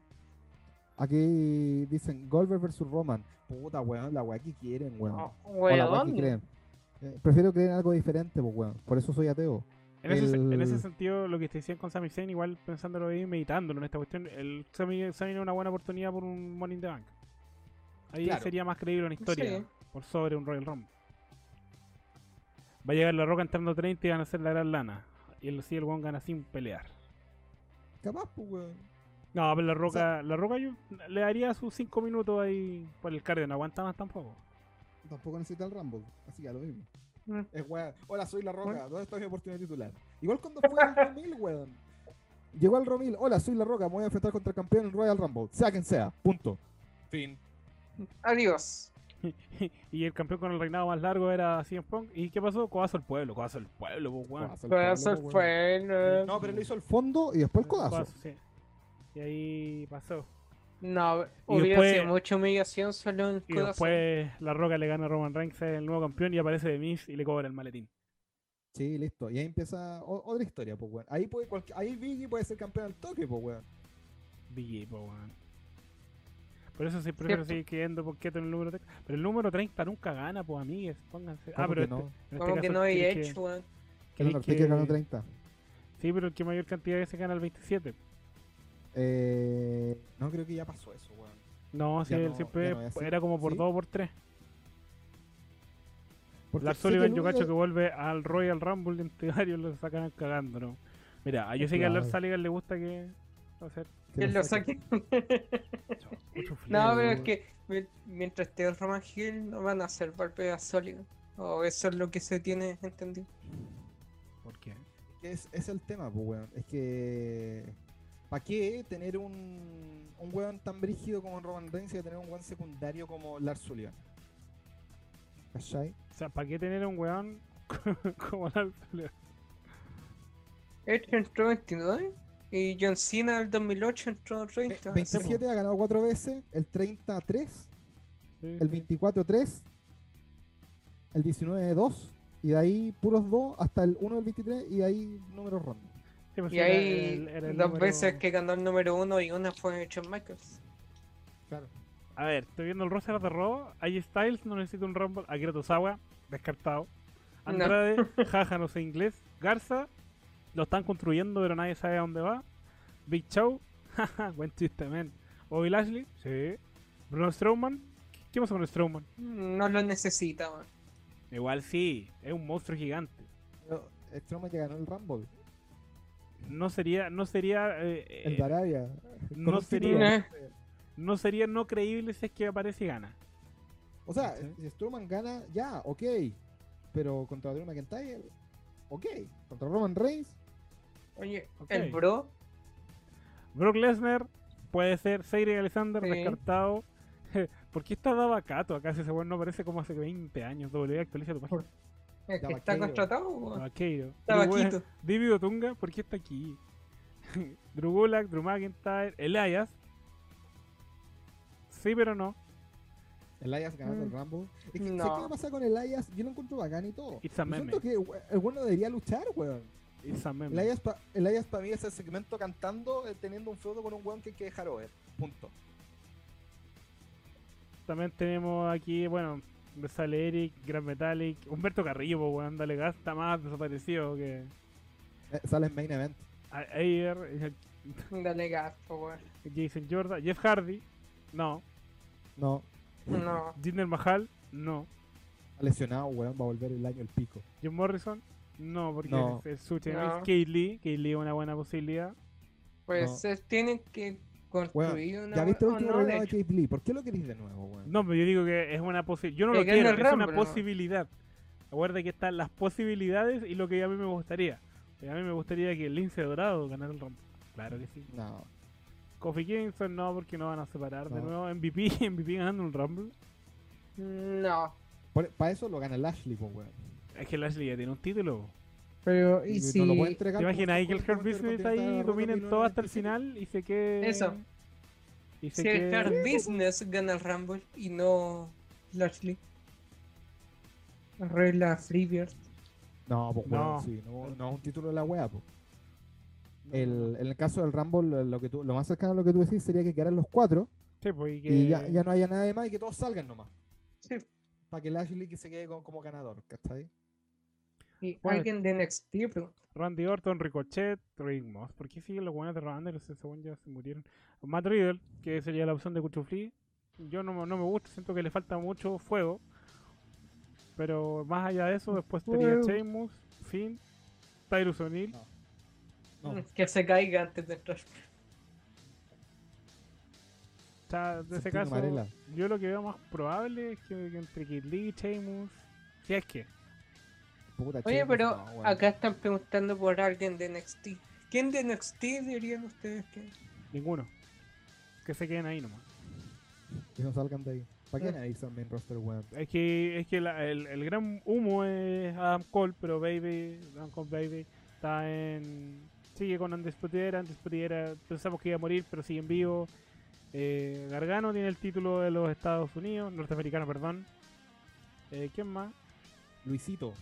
E: Aquí dicen Goldberg versus Roman. Puta, weón, la weá que quieren, weón.
C: No,
E: O la
C: Oh, weón.
E: weá que creen. Eh, prefiero creer en algo diferente, pues, weón. Por eso soy ateo.
B: En, ese,
E: El-
B: en ese sentido, lo que te decían con Sami Zayn, igual pensándolo y meditándolo en esta cuestión, el Sami Zayn era una buena oportunidad por un Money in the Bank. Ahí
D: Claro.
B: sería más creíble una historia
C: Sí.
B: por sobre un Royal Rumble. Va a llegar la Roca entrando 30 y van a hacer la gran lana. Y el si el Wong gana sin pelear.
E: Capaz, pues, weón.
B: No, pero la Roca,
E: sea-
B: la Roca yo le daría sus 5 minutos ahí por el cardio, no aguanta más tampoco.
E: Tampoco necesita el Rumble. Así que a lo mismo.
C: Mm.
E: Es weón. Hola, soy La Roca. ¿Dónde está mi oportunidad de titular? Igual cuando fue al Romil, weón. Llegó al Romil. Hola, soy La Roca. Me voy a enfrentar contra el campeón en Royal Rumble. Sea quien sea. Punto. Fin.
C: Adiós.
B: y el campeón con el reinado más largo era CM Punk. ¿Y qué pasó? Codazo el pueblo, codazo el pueblo, pues weón.
E: Codazo al
C: Pero
E: Pablo,
C: eso
E: pues, weón.
C: fue. No,
E: No, pero lo hizo el fondo y después el codazo.
B: Codazo, sí. Y ahí pasó.
C: no
B: Y
C: hubiera
B: después-
C: sido mucha humillación solo en
B: Y
C: corazón.
B: después la Roca le gana a Roman Reigns, es el nuevo campeón, y aparece de Miz y le cobra el maletín.
E: Sí, listo. Y ahí empieza o- otra historia, pues, weón. Ahí, puede, cualqui- ahí Biggie puede ser campeón al toque, pues, weón.
B: Big E, po, weón. Por eso sí prefiero
C: Cierto.
B: seguir quedando porque en el número 30. Pero el número 30 nunca gana, pues amigues, pónganse. Ah,
E: ¿Cómo
B: pero
E: que
B: este-
E: no?
B: en este
C: Como que
B: caso
C: no había
B: queréis que-
C: hecho, weón.
E: El
B: queréis
E: Undertaker ganó
B: que-
E: 30.
B: Sí, pero el que mayor cantidad de veces gana el 27.
E: Eh, no creo que ya pasó eso, weón.
B: No, sí,
E: Ya
B: él
E: no-
B: siempre
E: ya no es así.
B: era como por
E: ¿Sí?
B: 2 o por 3.
E: Porque
B: Lars
E: sé que el
B: Sullivan, yo
E: único-
B: cacho que vuelve al Royal Rumble en teoría lo sacan cagando, ¿no? Mira, yo sé que a Lars
E: Claro.
B: Sullivan le gusta que. hacer
E: que
C: Que
E: lo
C: lo
E: saque.
C: saque. No, pero es que mi- mientras esté Roman Hill no van a hacer golpe a sólido. O eso es lo que se tiene entendido.
B: ¿Por qué?
E: Es, es el tema, pues, weón. Es que. ¿Para qué tener un, un weón tan brígido como Roman Reigns y tener un weón secundario como Lars Sullivan? ¿Cachai?
B: O sea, ¿para qué tener un weón como Lars Sullivan?
C: Edge Este entró 29 y John Cena el 2008 entró 30.
E: Ve- 27 ha ganado 4 veces, el 30 3,
B: Sí,
E: el
B: sí.
E: 24 3, el 19 2 Y de ahí puros dos hasta el 1 del 23 y de ahí números rondos.
B: Sí, pues
C: Y
B: era
C: ahí
B: el- era el
C: dos
B: número-
C: veces que ganó el número uno y una fue Shawn Michaels.
E: Claro.
B: A ver, estoy viendo el roster de Raw. Hay Styles, no necesito un Rumble. Akira Tozawa, descartado.
C: No.
B: Andrade, jaja, no sé inglés. Garza, lo están construyendo, pero nadie sabe a dónde va. Big Show, jaja, buen chiste, men. Bobby Lashley, sí. Bruno Strowman, ¿qué pasa con Strowman?
C: No lo necesitaba.
B: Igual sí, es un monstruo gigante.
E: Pero Strowman que ganó el Rumble,
B: No sería, no sería, eh,
E: el
B: eh,
E: Darabia.
B: no
E: título.
B: sería,
C: Eh,
B: no sería no creíble si es que aparece y gana.
E: O sea,
B: Sí.
E: si Strowman gana, ya, ok. Pero contra Drew McIntyre, ok. Contra Roman Reigns,
C: Oye,
B: Ok.
C: el bro,
B: Brock Lesnar, puede ser. Seire Alexander,
C: Sí.
B: descartado. ¿Por qué está Dabacato acá? Si ese weón no aparece como hace 20 años. W, actualiza tu página.
C: el que
E: Tabaquero.
C: está contratado, weón.
B: Vaqueiro.
C: Está vaquito.
B: Divido Tunga, ¿por qué está aquí? Drew Gulak, Drew McIntyre, Elias. Sí, pero no.
E: Elias ganando el
C: Mm.
E: Rumble. Es que,
C: No.
E: ¿sabes qué me pasa con Elias? Yo lo encuentro bacán y todo.
B: It's a
E: Yo
B: meme.
E: siento que we- el bueno debería luchar, weón.
B: It's a meme.
D: Elias, pa- Elias para mí es el segmento cantando, eh, teniendo un feudo con un weón que hay que dejar over. Punto.
B: También tenemos aquí, bueno, me sale Eric, Gran Metallic, Humberto Carrillo, po, weón, dale gas, está más desaparecido que
E: Eh, sale en main event.
B: A- Ayer, eh,
C: Dale gasto, weón.
B: Jason Jordan, Jeff Hardy, no,
E: No,
C: No.
B: Jinder Mahal, no.
E: está lesionado, weón. Va a volver el año el pico.
B: John Morrison, no, porque
E: No.
B: es el sushi.
C: No.
B: Kate Lee, Kate Lee es una buena posibilidad.
C: Pues eh, tienen que construir una.
E: ya viste el
C: oh,
E: último
C: no, de
E: reinado de
C: hecho.
E: Keith Lee. ¿Por qué lo querís de nuevo, weón?
B: No, pero yo digo que es una posibilidad. Yo no lo
C: Que gane
B: quiero, es
C: el
B: una
C: Rumble, ¿no?
B: posibilidad. Acuérdate que están las posibilidades y lo que a mí me gustaría. Y A mí me gustaría que Lince Dorado ganara el rompo. Claro que sí.
E: No.
B: Kofi Kingston no, porque no van a separar de
E: No.
B: nuevo. MVP, MVP ganando un Rumble.
C: No.
E: Para eso lo gana Lashley, pues, weón.
B: Es que Lashley ya tiene un título.
C: Pero, ¿y
E: no
C: si.?
E: lo puede entregar pues,
B: ¿Te
E: como
B: imaginas ahí que
E: cinco
B: el Hurt
E: veces
B: Business
E: contra
B: ahí
E: Intercontinental
B: dominen
E: Roman
B: todo hasta el
E: Reigns?
B: final y se quede.
C: Eso.
B: Y se
C: Si el
B: quede-
C: Hard Business gana el Rumble y no Lashley. Regla Freebird.
E: No, pues,
B: No.
E: weón, sí. No, no es un título de la wea, pues. El, en el caso del Rumble, lo, que tú, lo más cercano a lo que tú decís sería que quedaran los cuatro
B: Sí, pues, y que-
E: y ya, ya no haya nada de más y que todos salgan nomás.
C: Sí.
E: Para que Lashley que se quede con- como ganador, ¿cachai?
C: Y
B: Bueno.
C: alguien de NXT, pero.
B: Randy Orton, Ricochet, Rick Moss. ¿Por qué siguen los buenos de Rob Anderson? Según ya se murieron. Matt Riddle, que sería la opción de Cuchufli. Yo no, me- no me gusta, siento que le falta mucho fuego. Pero más allá de eso, después tenía
C: Fuego.
B: Sheamus, Finn, Tyrus O'Neill.
E: No.
C: mm, Que se caiga antes de entrar.
B: O sea, de ese
E: Santino
B: caso,
E: Marella.
B: yo lo que veo más probable es que, que entre Kid Lee, Sheamus. Si es que.
E: Puta,
C: Oye,
E: Sheamus,
C: pero
E: no, weón.
C: acá están preguntando por alguien de NXT. ¿Quién de NXT dirían ustedes que.?
B: Ninguno. Que se queden ahí nomás.
E: Que no salgan de ahí. ¿Para
C: Eh.
E: qué nadie son main roster, weón?
B: Es que, es que la- el, el gran humo es Adam Cole, pero Baby, Adam Cole Baby, está en. Sigue con Undisputed Era, Undisputed Era, pensamos que iba a morir, pero sigue en vivo. Eh, Gargano tiene el título de los Estados Unidos, norteamericano, perdón. Eh, ¿Quién más?
E: Luisito.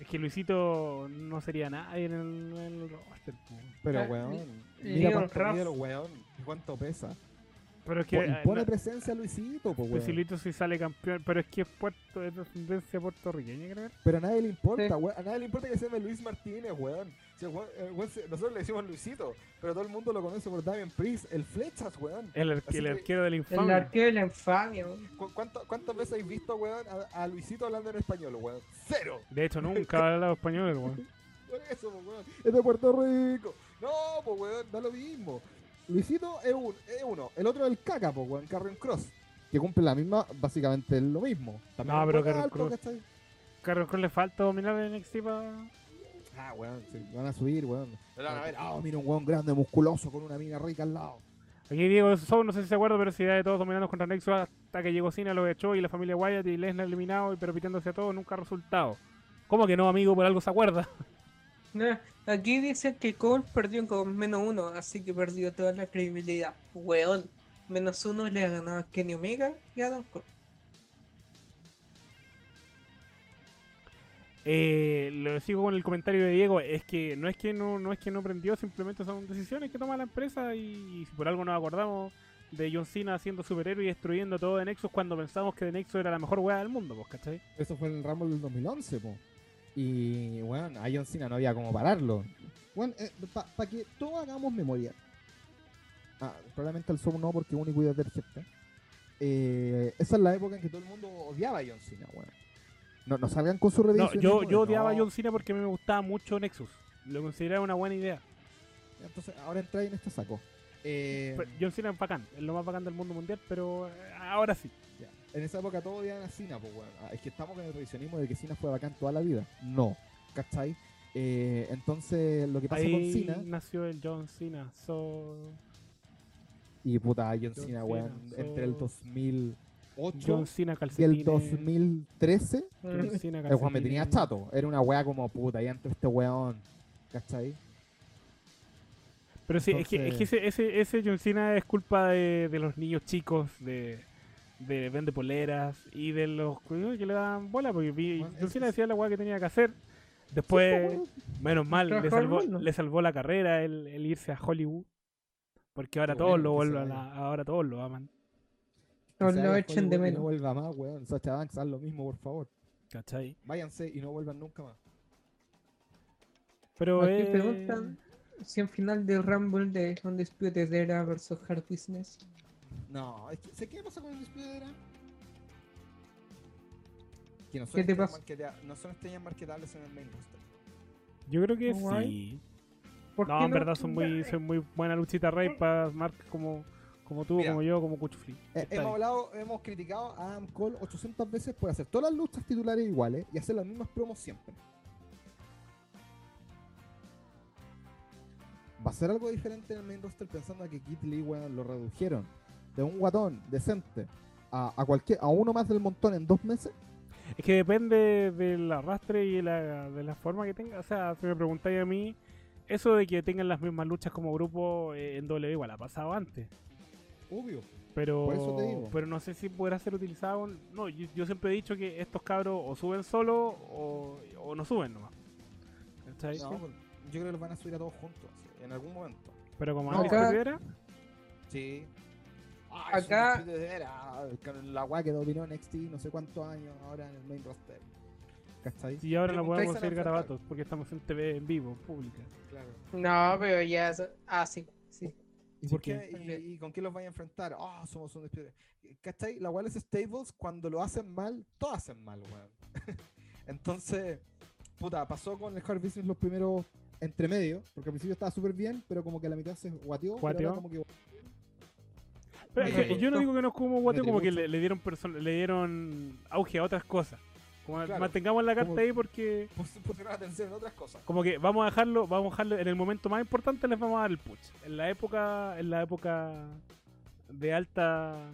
B: Es que Luisito no sería nadie en el, en el roster. po.
E: Pero,
C: Ah,
E: weón.
C: Li-
E: Mira
C: Leon
E: cuánto
C: Ruff.
E: mide el weón. y cuánto pesa.
B: Pero es que.
E: Po-
B: eh,
E: y pone
B: no-
E: presencia a Luisito, pues,
B: pues si
E: weón.
B: Luisito sí sale campeón, pero es que es, puerto, es de ascendencia puertorriqueña, creo.
E: Pero a nadie le importa,
C: Sí.
E: weón.
D: A nadie le importa que se llame Luis Martínez, weón. Si el weón- el weón se- nosotros le decimos Luisito, pero todo el mundo lo conoce por Damien Priest, el Flechas, weón.
B: El, arque-
D: Así
B: el
D: que-
B: arquero del
C: El
B: infame.
C: arqueo de la infamia, weón.
D: ¿Cu- cuánto- ¿Cuántas veces habéis visto, weón, a, a Luisito hablando en español, weón? ¡Cero!
B: De hecho, nunca ha hablado español, el weón.
D: Por eso, po, weón.
E: Es de Puerto Rico.
D: No, pues, weón, da lo mismo.
E: Luisito es, un- es uno. El otro es el caca, po, weón. Carrion Cross. Que cumple la misma, básicamente es lo mismo.
B: No, pero
E: es un weón
B: Karrion Kross-
E: ¿cachai?
B: Carlos Cruz le falta dominar en NXT para.
E: Ah, weón. Se van a subir, weón.
D: Pero van a ver,
E: Ah, mira un weón grande, musculoso, con una mina rica al lado.
B: Aquí Diego Sou, no sé si se acuerda, pero si idea de todos dominando contra Nexus hasta que llegó Cena, lo echó y la familia Wyatt y Lesnar eliminado y pero pitiéndose a todos, nunca ha resultado. ¿Cómo que no, amigo? Por algo se acuerda.
C: No, aquí dice que Cole perdió con menos uno, así que perdió toda la credibilidad. Weón, menos uno le ha ganado a Kenny Omega y a Adam Cole.
B: Eh, lo sigo con el comentario de Diego, es que no es que no, no es que no prendió, simplemente son decisiones que toma la empresa y, y si por algo nos acordamos de John Cena siendo superhéroe y destruyendo todo de Nexus cuando pensamos que de Nexus era la mejor weá del mundo, pues, ¿cachai?
E: Eso fue en el Rumble del 2011, po. Y, bueno, a John Cena no había como pararlo. Bueno, para eh, que todos hagamos memoria. Ah, probablemente al Zoom no, porque es único y detergente. Eh, esa es la época en que todo el mundo odiaba a John Cena, weón. No, no salgan con su
B: No,
E: revisión.
B: yo, yo odiaba a John Cena porque a mí me gustaba mucho Nexus. Lo consideraba una buena idea.
E: Entonces, ahora entra en este saco. Eh,
B: Pero John Cena es bacán, es lo más bacán del mundo mundial, pero eh, ahora sí.
E: Ya. En esa época todos odiaban a Cena, pues, weón. Ah, Es que estamos con el revisionismo de que Cena fue bacán toda la vida. No, ¿cachai? Eh, entonces, lo que pasa con
B: Ahí
E: Cena.
B: nació el John Cena. So,
E: Y puta, John
B: John
E: Cena, weón.
B: Cena,
E: Entre el
B: so-
E: 2008
B: John Cena
E: y
B: calcetines.
E: el 2013,
C: Mm,
B: John Cena
E: el weón me
B: calcetines.
E: tenía chato. Era una wea como puta, y antes este weón. ¿cachai?
B: Pero sí, es que, es que ese, ese, ese John Cena es culpa de, de los niños chicos, de, de vende poleras y de los cuidados que le dan bola, porque vi-
E: Bueno,
B: John
E: es-
B: Cena decía la weá que tenía que hacer. Después, menos mal, le
C: Trabajador
B: salvó,
C: bueno.
B: le salvó la carrera el, el irse a Hollywood. Porque ahora
E: Qué
B: todos
E: bueno
B: lo
E: que se
B: vuelven a
E: vaya.
B: la- ahora todos lo aman.
C: No
E: Que se
C: lo
E: haga
C: echen de
E: Hollywood y
C: menos.
E: No vuelva más, weón. Sacha Banks, haz lo mismo, por favor.
B: ¿Cachai?
E: Váyanse y no vuelvan nunca más.
B: Pero
C: Aquí
B: eh,
C: preguntan si en final del Rumble de Undisputed Era versus Hard Business.
E: No, es que, ¿sé qué pasa con el display era?
D: Que no son
C: ¿Qué te
D: estrellas
C: pasa?
D: marquetea- No son estrellas marketables en el main roster.
B: yo creo que
C: Guay.
B: sí.
C: ¿Por
B: No,
C: qué
B: en verdad son muy,
C: Ya,
B: son muy buena luchita rey para marcas como, como tú,
D: Mira.
B: como yo, como Cuchufli.
E: Eh,
B: Está
E: hemos
B: bien.
E: hablado, hemos criticado a Adam Cole 800 veces por hacer todas las luchas titulares iguales y hacer las mismas promos siempre. Va a ser algo diferente en el main roster pensando a que Kit Lee weón, lo redujeron de un guatón decente a, a cualquier a uno más del montón en dos meses.
B: Es que depende del arrastre y de la, de la forma que tenga. O sea, si me preguntáis a mí, eso de que tengan las mismas luchas como grupo eh, en W igual ha pasado antes.
E: Obvio.
B: Pero,
E: Por eso te digo.
B: pero no sé si podrá ser utilizado. No, yo, yo siempre he dicho que estos cabros o suben solo o, o no suben nomás. ¿Cachai?
D: No, pues, yo creo que los van a subir a todos juntos, así, en algún momento.
B: Pero como
C: No,
B: Alex
C: acá-
B: Rivera,
D: Sí.
C: Acá-
E: la weá que dominó NXT no sé cuántos años ahora en el main roster. ¿Cachai?
B: y ahora
D: Pero
B: no
D: con
B: podemos
D: Tyson
B: hacer
D: enfrentar.
B: garabatos porque estamos en TV en vivo, pública.
D: Claro.
C: No, pero ya. Ah, sí. sí.
E: ¿Y,
B: Así
E: por
B: que-
E: qué? ¿Y, y con quién los vaya a enfrentar? Ah, somos un despido. ¿Cachai? La Wallace Stables, cuando lo hacen mal, todo hacen mal, weón. Entonces, puta, pasó con el Hard Business los primeros entre medio, porque al principio estaba súper bien, pero como que a la mitad se guateó. pero ahora
B: Guateó.
E: como que-
B: Pero
C: Me
B: es que
C: gustó.
B: yo no digo que no es como guateo,
E: Me
B: como que
E: gustó.
B: le, le dieron perso- le dieron auge a otras cosas. Como
D: Claro.
B: mantengamos la carta
E: Como-
B: ahí porque
D: Pus- Pusieron atención en otras cosas.
B: como que vamos a dejarlo, vamos a dejarlo en el momento más importante les vamos a dar el push. En la época, en la época de alta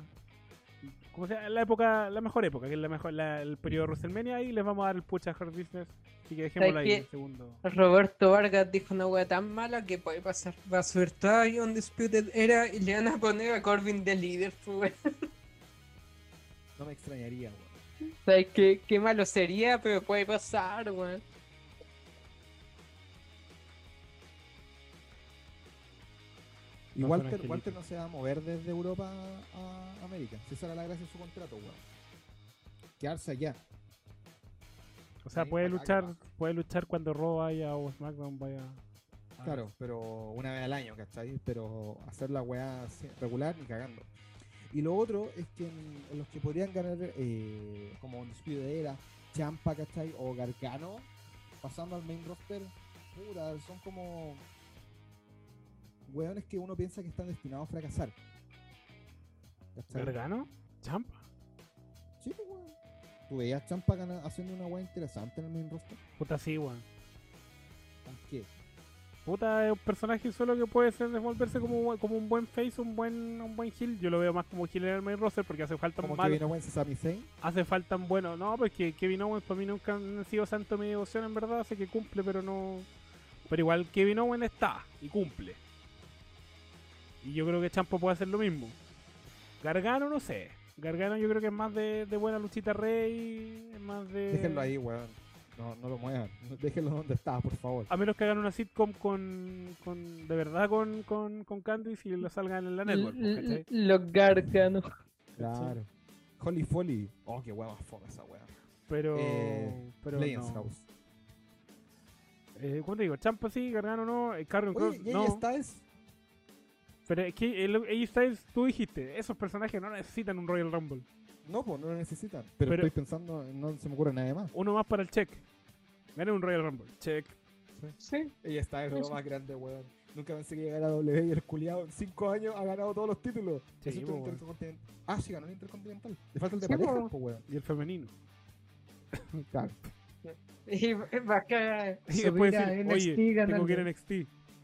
B: ¿Cómo se llama? En la época, la mejor época, que es la mejor, la- el periodo de WrestleMania, ahí les vamos a dar el push a Hard Business. Así que dejémoslo ahí
C: qué?
B: en segundo.
C: Roberto Vargas dijo una wea tan mala que puede pasar. Va a subir toda y Undisputed Era y le van a poner a Corbin de líder. pues, wea.
E: No me extrañaría, weón.
C: ¿Sabes qué, qué malo sería? Pero puede pasar, weón.
E: Y
B: No son
E: Walter,
B: angelitos.
E: Walter no se va a mover desde Europa a América. Si esa era la gracia de su contrato, weón. Quedarse allá.
B: O sea,
E: Sí,
B: puede
E: para acá,
B: luchar,
E: para acá.
B: puede luchar cuando Raw vaya o SmackDown vaya. a-
E: Claro, pero una vez al año, ¿cachai? Pero hacer la weá así, regular ni cagando. Y lo otro es que en- en los que podrían ganar, eh, como un despido de era, Champa, ¿cachai? O Gargano, pasando al main roster, puta, son como weones que uno piensa que están destinados a fracasar. ¿Cachai?
B: ¿Gargano? ¿Champa?
E: Sí, pues, weón. Tú veías a Champa gana- haciendo una weá interesante en el main roster.
B: Puta sí, weón.
E: ¿Qué?
B: Puta, es un personaje solo que puede ser desenvolverse como, un- como un buen face, un buen un buen heel. Yo lo veo más como heel en el main roster porque hace falta
E: Como
B: un
E: que
B: malo.
E: vino Owens y Sami Zayn.
B: Hace falta un bueno. No, porque Kevin Owens para mí nunca han sido santo de mi devoción, en verdad. Sé que cumple, pero no. Pero igual Kevin Owens está y cumple. Y yo creo que Champo puede hacer lo mismo. Gargano, no
E: Eh.
B: sé. Gargano yo creo que es más de, de buena luchita rey, es más de...
E: Déjenlo ahí, weón. No, no lo muevan. Déjenlo donde está, por favor.
B: A menos que hagan una sitcom con, con de verdad con, con, con Candice y lo salgan en la network.
C: L-
B: ¿cachai?
C: l- Los garganos.
E: Claro. Holy Folly. Oh, qué hueva fome esa hueá.
B: Pero.
E: Eh,
B: pero
E: Legends
B: no.
E: House.
B: Eh, ¿Cómo te digo? Champa sí, Gargano no, eh, Carrion
E: Oye,
B: Cross
E: y
B: no.
E: ahí está es.
B: Pero es que el- AJ Styles, tú dijiste, esos personajes no necesitan un Royal Rumble.
E: No, pues no lo necesitan. Pero,
B: Pero-
E: estoy pensando, no se me ocurre nada más.
B: Uno más para el check. Ganen un Royal Rumble. Check.
C: Sí.
E: Ella está es lo
C: Eso.
E: más grande, weón. Nunca pensé que llegara a W y el culiado en 5 años ha ganado todos los títulos.
B: Sí,
E: Eso es
B: po,
E: un
B: weón.
E: intercontinental. Ah, sí, ganó el Intercontinental. Le falta el de
C: Sí,
E: pareja,
C: po.
E: po, weón.
B: Y el femenino.
E: pues. Claro.
C: Y va a caer.
B: Y después
C: subir a
B: decir,
C: NXT
B: oye, tengo
C: ganando.
B: que ir a NXT.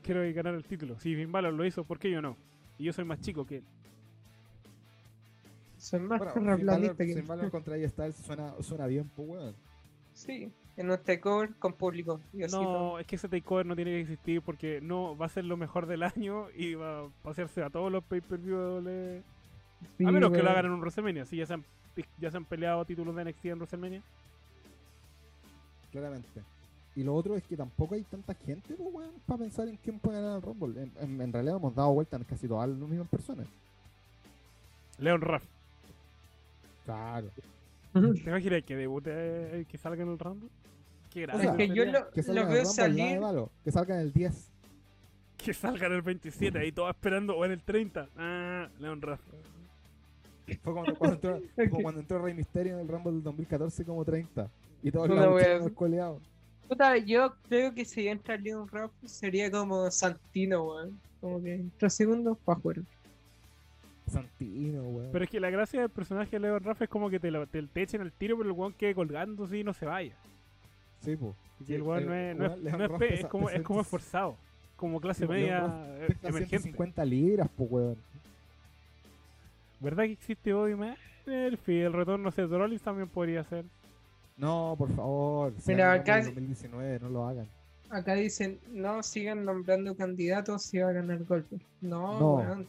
B: Quiero ir a ganar el título. Si Finn Balor lo hizo, ¿por qué yo no? Y yo soy más chico que él.
C: Soy más
E: Bueno, Finn Balor,
C: terraplanista que
E: Finn Balor contra ella está suena, suena bien, pues, weón.
C: Sí, en un takeover con público. Y así todo.
B: No, es que ese takeover no tiene que existir porque no va a ser lo mejor del año y va a pasearse a todos los pay-per-view de WWE.
C: Sí,
B: a menos que lo
C: weón.
B: hagan en un WrestleMania. Si ya se han, ya se han peleado títulos de NXT en WrestleMania.
E: claramente. Y lo otro es que tampoco hay tanta gente, pues, weón, para pensar en quién puede ganar el Rumble. En, en- en realidad hemos dado vuelta en casi todas las mismas personas.
B: Leon Ruff.
E: Claro.
B: ¿Te imaginas que debute eh, que salga en el Rumble? Qué grande.
E: sea,
C: Es que yo
B: sería.
C: lo,
E: Que
C: lo
E: salgan en el
C: veo
E: Rumble, nada de
C: salir.
E: malo. Que salgan el 10.
B: Que salga en el 27 ahí todos esperando o en el 30. Ah, Leon Ruff.
E: Fue cuando, cuando entró, como
C: Ok.
E: cuando entró Rey Misterio en el Rumble del 2014 como 30. Y todos
C: Una
E: los
C: wea
E: lucharon
C: así.
E: al coleado.
C: Puta, yo creo que si entra Leon Ruff sería como Santino, weón. Como que en tres segundos para afuera.
E: Santino, weón.
B: Pero es que la gracia del personaje de Leon Ruff es como que te, lo- te, te echen al tiro, pero el weón quede colgando así y no se vaya.
E: sí, po.
B: Y el weón no es, no es-
E: weón, le
B: no es
E: rompe
B: pe- es
E: esa-
B: como,
E: esa-
B: es como esforzado. Como clase
E: Sí, weón,
B: media
E: rompe
B: eh,
E: pesa
B: emergente.
E: 150 libras, pues, weón.
B: ¿Verdad que existe Body Murphy? El retorno de Seth Rollins también podría ser.
E: No, por favor. si
C: Mira,
E: hagan el
C: acá-
E: Rumble 2019, no lo hagan.
C: Acá dicen, no sigan nombrando candidatos si va a ganar golpe. No,
E: No.
C: weón.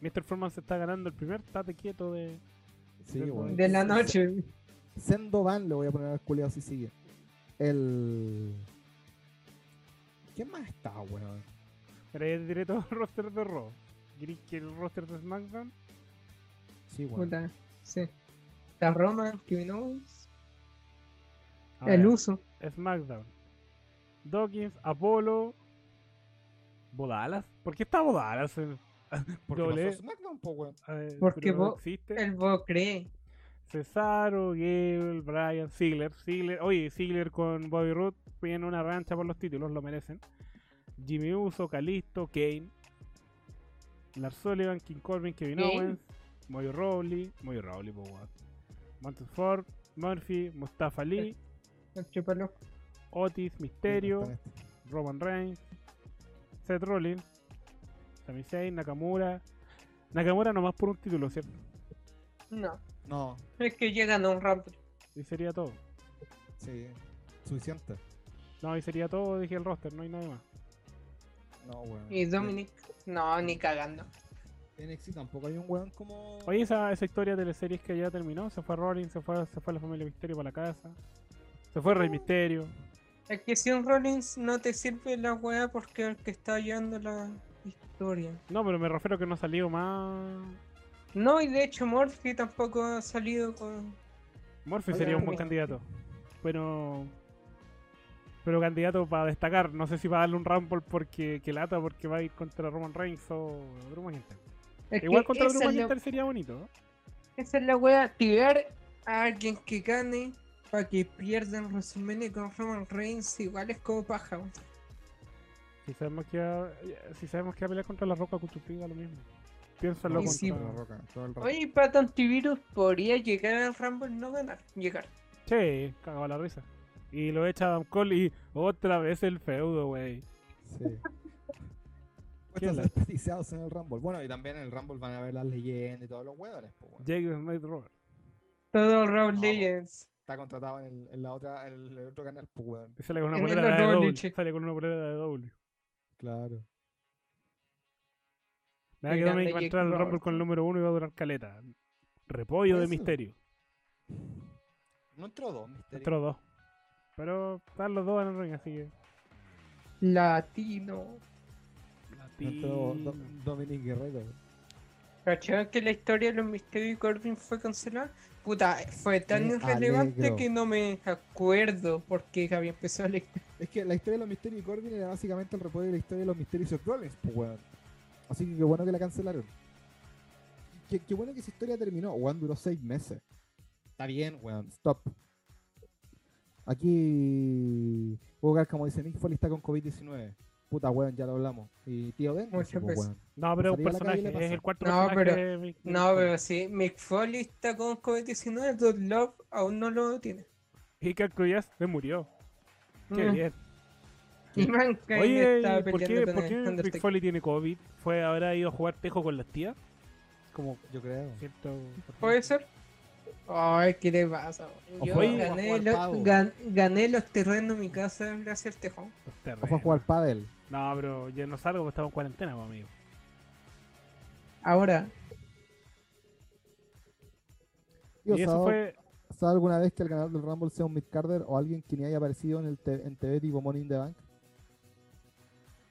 B: Mr. Foreman se está ganando el primer tate quieto de.
E: Sí,
B: Del-
E: weón.
C: De la noche.
E: Sendovan le voy a poner al culiado si sigue. El. ¿Quién más está, weón?
B: Pero es directo al roster de Raw. ¿Queréis que el roster de SmackDown?
E: Sí, weón.
C: Puta, sí. La Roma, Kevin Owens,
B: A
C: el
B: ver,
C: uso.
B: SmackDown. Dawkins, Apolo. ¿Bodalas? ¿Por qué está Bodalas? en-
E: Porque
B: doble-
E: pasó SmackDown, po, weón.
B: a ver,
C: Porque
B: pero no
C: Bo-
B: existe.
C: El Bo cree.
B: Cesaro, Gable, Bryan, Ziggler, Ziggler. Oye, Ziggler con Bobby Roode piden una rancha por los títulos, lo merecen. Jimmy Uso, Calisto, Kane, Lars Sullivan, King Corbin, Kevin
C: Kane.
B: Owens, Moyo Rowley, Moyo Rowley, po, weón. Montez Ford, Murphy, Mustafa Lee,
C: El chupalo.
B: Otis, Misterio,
E: este.
B: Roman Reigns, Seth Rollins, Sami Zayn, Nakamura. Nakamura nomás por un título, ¿cierto?
C: No.
E: No,
C: Es que llegan a un rap.
B: Y sería todo.
E: sí. Suficiente.
B: No, y sería todo, dije el roster, no hay nada más.
E: No, weón.
C: Y Dominic. No, ni cagando.
E: En NXT tampoco hay un weón como.
B: Oye, esa, esa historia de la serie que ya terminó. Se fue Rollins, se fue, se fue la familia Misterio para la casa. Se fue
C: Mm.
B: Rey Misterio.
C: Es que si un Rollins no te sirve la weá porque es el que está llevando la historia.
B: No, pero me refiero que no ha salido más.
C: No, y de hecho Murphy tampoco ha salido con.
B: Murphy
E: Oye,
B: sería un buen
C: Murphy.
B: candidato. Pero. Pero candidato para destacar. No sé si va a darle un Rumble porque que lata porque va a ir contra Roman Reigns o Drew gente.
C: Es
B: Igual
C: que
B: contra Drew
C: esa, es
B: McIntyre
C: la,
B: sería bonito, ¿no?
C: esa es la weá, tirar a alguien que gane para que pierdan resumen con Roman Reigns, igual es como paja. weón.
B: Si sabemos que va, si sabemos que va a pelear contra la Roca Cuchupiga, lo mismo. Pienso en lo
E: No,
C: Y sí,
E: contra
B: contrario.
E: la roca, todo el rato.
C: Oye, y Pat Antivirus podría llegar al Rumble, no ganar, llegar.
B: Che, cagaba la risa. Y lo echa Adam Cole y otra vez el feudo, wey.
E: Sí.
B: ¿Qué
E: Puestos
B: la-
E: desperdiciados en el Rumble. Bueno, y también en el Rumble van a ver las leyendas y todos los weones, po, weón.
B: Jake the Snake Roberts.
C: Todo Raw
E: No.
C: Legends.
E: Está contratado en, el, en la otra, en el otro canal, pues, weón.
B: Y sale con una
C: En el
B: polera de
C: doble,
B: W.
C: che.
B: Sale con una polera de W.
E: Claro.
B: Me da que
C: Grande
B: Dominic va a
C: Jake
B: entrar al Rumble
C: Roberts.
B: con el número uno y va a durar caleta. Repollo de
E: Eso.
B: misterio.
E: No entró dos, misterio.
B: Otros dos. Pero están los dos en el ring, así que.
C: Latino.
E: Nuestro Do- Dominic Guerrero.
C: ¿Cachaban que la historia de los misterios y Corbin fue cancelada? Puta, fue tan
E: Me
C: irrelevante
E: alegro.
C: que no me acuerdo porque había empezado la historia.
E: Es que la historia de los misterios y Corbin era básicamente el repollo de la historia de los misterios y Rollins, pues, weón. Así que qué bueno que la cancelaron. Qué, qué bueno que esa historia terminó, weón, duró seis meses. Está bien, weón, stop. Aquí, Bogar, como dice Mick Foley, está con COVID-19. Puta, weón, ya lo hablamos. Y tío pues, Ben,
C: Muchas veces.
B: No, pero es un
E: Salía a la calle y le
B: personaje, es
E: pasa.
B: el cuarto
C: No,
B: personaje.
C: pero-
B: de Mick
C: No,
B: Foley.
C: pero sí, Mick Foley está con COVID-19, Dude Love aún no lo tiene.
B: Hikaru Koyas se murió. Qué
C: Mm.
B: bien.
C: Y Mankind
B: Oye,
C: estaba
B: ¿y ¿por qué,
C: peleando
B: ¿por
C: con
B: qué
C: el
B: Mick
C: Undertaker.
B: Foley tiene COVID? ¿Fue, ¿Habrá ido a jugar tejo con las tías? Como
E: Yo creo.
B: cierto...
C: ¿Puede ser? Ay, ¿qué te pasa?
E: O
C: Yo
B: fue-
E: o
C: gané,
E: jugar
C: lo-
E: pavo.
C: gan- gané los terrenos en mi casa gracias al tejón.
E: O fue a jugar pádel.
B: No, pero yo no salgo porque estaba en cuarentena, pues, amigo.
C: Ahora,
E: Yo,
B: Y eso
E: ¿sabes-
B: fue...
E: ¿Sabes alguna vez que el ganador del Rumble sea un mid Carter o alguien que ni haya aparecido en, el te- en TV tipo Money in the Bank?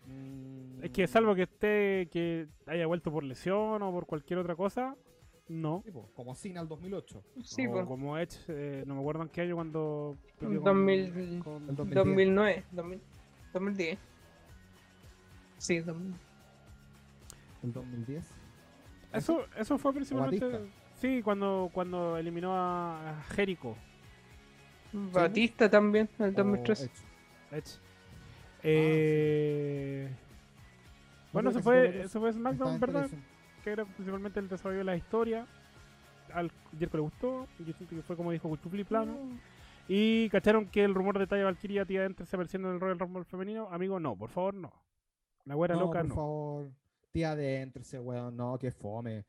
D: Mm,
B: Es que salvo que esté... Que haya vuelto por lesión o por cualquier otra cosa, no.
E: Tipo, como Signal 2008.
C: sí,
B: O
C: pues,
B: como Edge, eh, no me acuerdo en qué año cuando... perdió con-
C: 2000,
B: con-
E: El 2010.
C: 2009, 2000, 2010. Sí, 2000.
E: El 2010.
B: Eso, eso fue principalmente...
E: Batista.
B: Sí, cuando, cuando eliminó a a Jericho.
C: Mm, Batista también, en el
E: O
C: 2013.
E: Edge.
B: Edge.
E: Ah,
B: Eh... Bueno, eso
E: creo que se
B: fue,
E: volvió-
B: eso fue
E: estaba
B: SmackDown,
E: en
B: ¿verdad?
E: televisión.
B: Que era principalmente el desarrollo de la historia. Al Jerko le gustó. Yo siento que fue como dijo Cuchufli Plano. Y cacharon que el rumor de Taya Valkyria tía se apareciendo en el Royal Rumble femenino. Amigo, no, por favor, no. La güera
E: No,
B: loca,
E: por
B: no.
E: favor. Tía adentro ese weón. No, que fome.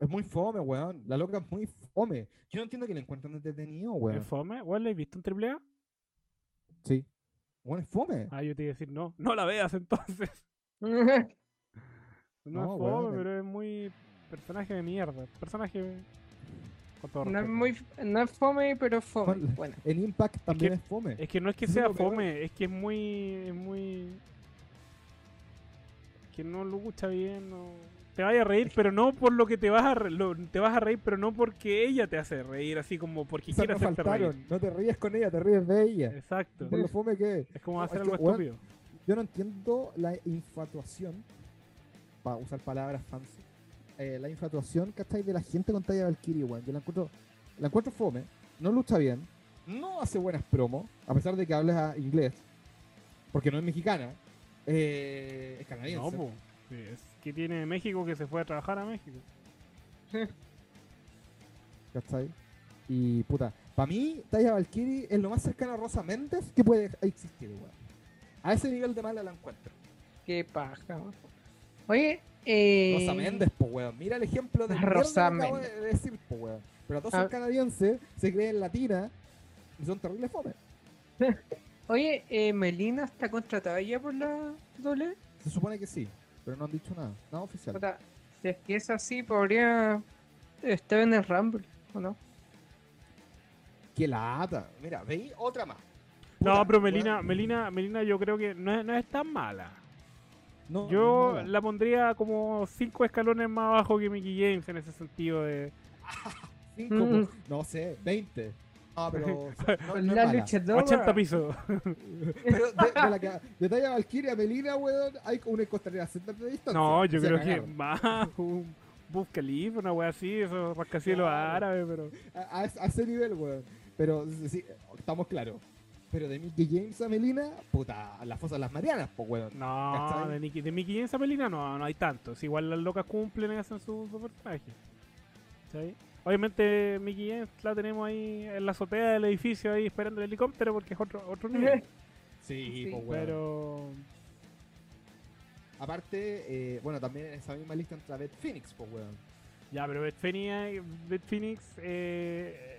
E: Es muy fome, weón. La loca es muy fome. Yo no entiendo que le encuentran detenido, weón.
B: ¿Es fome? ¿Weón, la has visto en triple A?
E: Sí. Weón, es fome.
B: Ah, yo te iba a decir no. No la veas entonces. No,
E: No,
B: es
E: weón,
B: fome,
E: el-
B: pero es muy personaje de mierda. Personaje. Con todo
C: no, es
B: respeto.
C: muy, no es fome, pero es fome.
E: Con-
C: Bueno,
E: En Impact también es, fome.
B: Es que no es que
E: Eso es
B: sea
E: lo peor.
B: fome, es que es muy. Es muy. Que no lo gusta bien. no- Te vaya a reír, pero no por lo que te vas a re- lo- te vas a reír, pero no porque ella te hace reír, así como porque
E: O sea,
B: quiere
E: no
B: hacerte reír.
E: faltaron. No te ríes con ella, te ríes de ella.
B: Exacto.
E: Por lo fome que es.
B: Es como
E: No,
B: hacer
E: es que,
B: algo
E: weón,
B: estúpido.
E: Yo no entiendo la infatuación, para usar palabras fancy, eh, la infatuación, ¿cachai? De la gente con Taya Valkyrie, weón. Yo la encuentro, la encuentro fome, no lucha bien, no hace buenas promos, a pesar de que habla inglés, porque no es mexicana, eh, es
B: No,
E: canadiense.
B: po. Sí, Es que tiene de México que se fue a trabajar a México.
E: ¿cachai? Y puta, para mí, Taya Valkyrie es lo más cercano a Rosa Méndez que puede existir, weón. A ese nivel de mala la encuentro.
C: qué paja. weón. Oye, eh,
E: Rosa Méndez, po, weón. Mira el ejemplo de
C: Rosa
E: mierda que acabo
C: Méndez.
E: de decir, po, weón. Pero todos son
C: Ah.
E: canadienses, se creen latinas y son terribles fome.
C: oye eh, Melina está contratada ya por la doble.
E: Se supone que sí, pero no han dicho nada, nada oficial.
C: Si es que es así, podría estar en el Rumble, ¿o no?
E: ¡Qué lata!
D: Mira, veí otra más.
B: No,
E: Puta,
B: pero
E: weón.
B: Melina, Melina, Melina yo creo que no es, no es tan mala.
E: No, no
B: Yo
E: es mala.
B: la pondría como cinco escalones más abajo que Mickey James en ese sentido de.
E: Cinco,
C: Mm.
E: po- no sé, 20. No, pero. no- no es
C: la
E: mala.
C: luchadora.
B: 80 pisos.
E: Pero de, de la que, de talla Valkyria, Melina, weón, hay una costanera de distancia.
B: No, yo
E: Se
B: creo que
E: cagaron.
B: más un Buff Khalifa, una wea así, esos rascacielos
E: Claro.
B: árabes, pero.
E: A, a- a ese nivel, weón. Pero sí, sí, estamos claros. Pero de Mickey James a Melina, puta, las fosas las Marianas, pues, weón.
B: No,
E: ¿Cachai?
B: de Mickey, de Mickey James a Melina no, no hay tantos. igual las locas cumplen y hacen su su personaje. ¿Cachai? Obviamente Mickey James la tenemos ahí en la azotea del edificio ahí esperando el helicóptero porque es otro, otro nivel.
E: Sí,
C: Sí,
E: pues, weón.
B: pero
E: Aparte, eh, bueno, también en esa misma lista entra Beth Phoenix, pues, weón.
B: ya, pero Beth Phoenix, Beth Phoenix eh,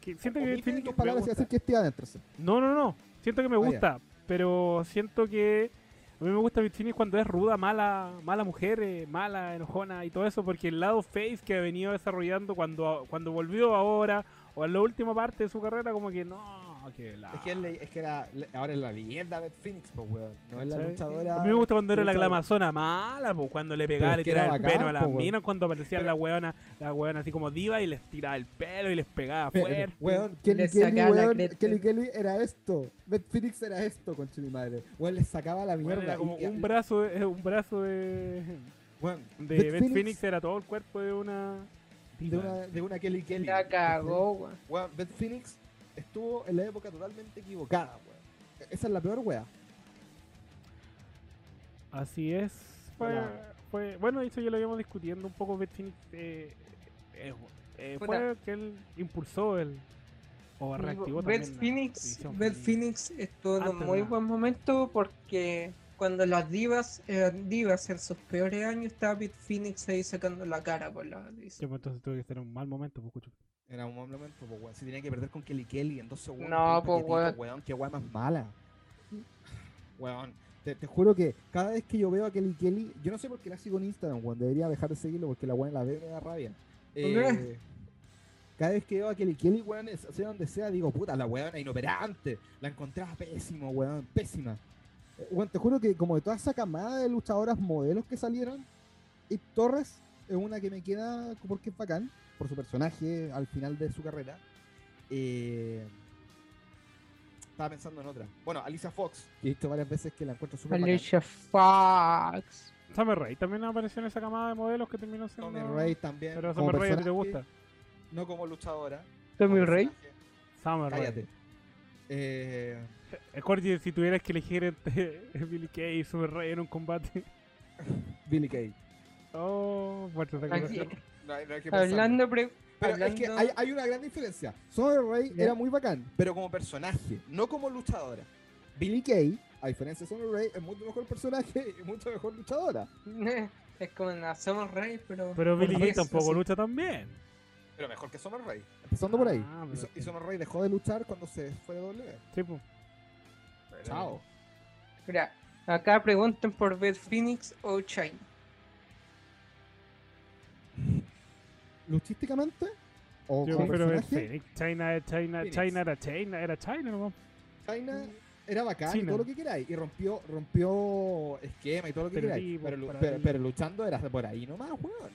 B: que siento que Beth
E: Omiten
B: Phoenix
E: tus
B: me
E: palabras y
B: gusta.
E: hacer que esté adentro. sí.
B: No, no, no. Siento que me
E: Ah, ya.
B: gusta, pero siento que a mí me gusta Beth Phoenix cuando es ruda, mala, mala mujer, eh, mala, enojona y todo eso, porque el lado face que ha venido desarrollando cuando, cuando volvió ahora o en la última parte de su carrera, como que no, No, que la.
D: Es que, él le- es que era, le- ahora es la leyenda de Phoenix, pues, weón. No es la
B: ¿Cachai?
D: luchadora.
B: A mí me gusta cuando era la
D: luchadora-
B: glamazona mala, pues cuando le pegaba,
E: es
B: le
E: que era
B: tiraba el
E: bacán,
B: pelo a las
E: po, weón.
B: minas, cuando aparecían las weonas, las weonas así como diva y les tiraba el pelo y les pegaba
E: Pero,
B: fuerte.
E: Weón, Kelly
C: Le
E: Kelly,
C: sacaba la
E: weón,
C: cresta.
E: Kelly Kelly era esto. Beth Phoenix era esto, con mi madre. Weón, le sacaba la
B: Weón,
E: mierda.
B: era como
E: y- y-
B: un brazo, de- un brazo de,
D: Weón,
B: de
E: Beth
B: Beth Phoenix.
E: Phoenix
B: era todo el cuerpo de una.
E: de, una, de una Kelly Kelly.
C: La cagó, weón.
D: weón, Beth Phoenix estuvo en la época totalmente equivocada,
E: Cada, weón. E-, Esa es la peor wea.
B: Así es. Fue,
E: Hola.
B: fue- bueno, de hecho ya lo habíamos discutiendo un poco. Beth Phoenix eh, eh, eh, fue
C: Puta.
B: el que él impulsó el. O reactivó
C: Beth
B: también la
C: Phoenix,
B: división
C: Beth
B: femenina.
C: Phoenix estuvo en un
B: Antes
C: muy
B: nada.
C: buen momento porque cuando las divas eran divas en sus peores años estaba Beth Phoenix ahí sacando la cara por la
B: Sí,
C: división.
B: pues, entonces tuve que estar en un mal momento, pues, cucho.
D: Era un mal momento, pues, weón. Si tenía que perder con Kelly Kelly en dos segundos.
C: No,
D: con un
C: pues,
D: paquetito, weón. Qué weón más mala. Weón.
E: Te, te juro que cada vez que yo veo a Kelly Kelly, yo no sé por qué la sigo en Instagram, weón. Debería dejar de seguirlo porque la weón la ve me da rabia. Eh, cada vez que veo a Kelly Kelly, weón, es- sea donde sea, digo, puta, la weona inoperante. La encontraba pésimo, weón, pésima. Eh, Weón, te juro que como de toda esa camada de luchadoras modelos que salieron, y Torres es una que me queda porque es bacán, por su personaje al final de su carrera.
D: Eh, estaba pensando en otra. Bueno, Alicia Fox.
E: He visto varias veces que la encuentro súper bacán.
C: Alicia Fox.
B: Summer Rae también apareció en esa camada de modelos que terminó siendo.
D: Tommy Rey también.
B: Pero
E: como
B: Summer Rae a ti te
E: personaje,
B: gusta.
D: No como luchadora.
C: Tommy
D: como
C: Rey.
D: personaje.
B: Summer Rae.
D: Cállate. Eh,
B: Es corti, si tuvieras que elegir entre Billy Kay y Summer Rae en un combate.
E: Billy Kay.
B: Oh, fuerte esa
C: Aquí,
B: conversación.
D: no hay- no hay que pensar.
C: hablando, pre-
E: Pero es que
C: hablando-
E: hay, hay una gran diferencia. Summer Rae
C: Ya.
E: era muy bacán.
D: Pero como personaje, no como luchadora.
E: Billy Kay, a diferencia de Summer Rae, es mucho mejor personaje y mucho mejor luchadora.
C: es como en Summer Rae, pero.
B: Pero Billy Kay
C: Reyes,
B: tampoco
C: así.
B: lucha tan bien.
D: Pero mejor que Summer Rae.
E: Empezando por ahí.
B: Ah,
E: Y,
B: pero
E: So- y
B: sí.
E: Summer Rae dejó de luchar cuando se fue de doble.
B: Sí, pues.
D: Pero-
E: Chao.
C: Mira, acá preguntan por Beth Phoenix o Shine.
E: Luchísticamente, o
B: Yo
E: como
B: prefiero este. ver
E: personaje,
B: Phoenix. China, China,
D: Phoenix.
B: China era China, era China nomás.
E: China era bacán y
B: China.
E: todo lo que queráis. Y rompió, rompió esquema y todo lo que queráis.
B: Estereotipos,
E: Pero, lu-
B: por
E: pero-
B: ahí.
E: pero luchando era de por ahí nomás, weón.
D: Bueno,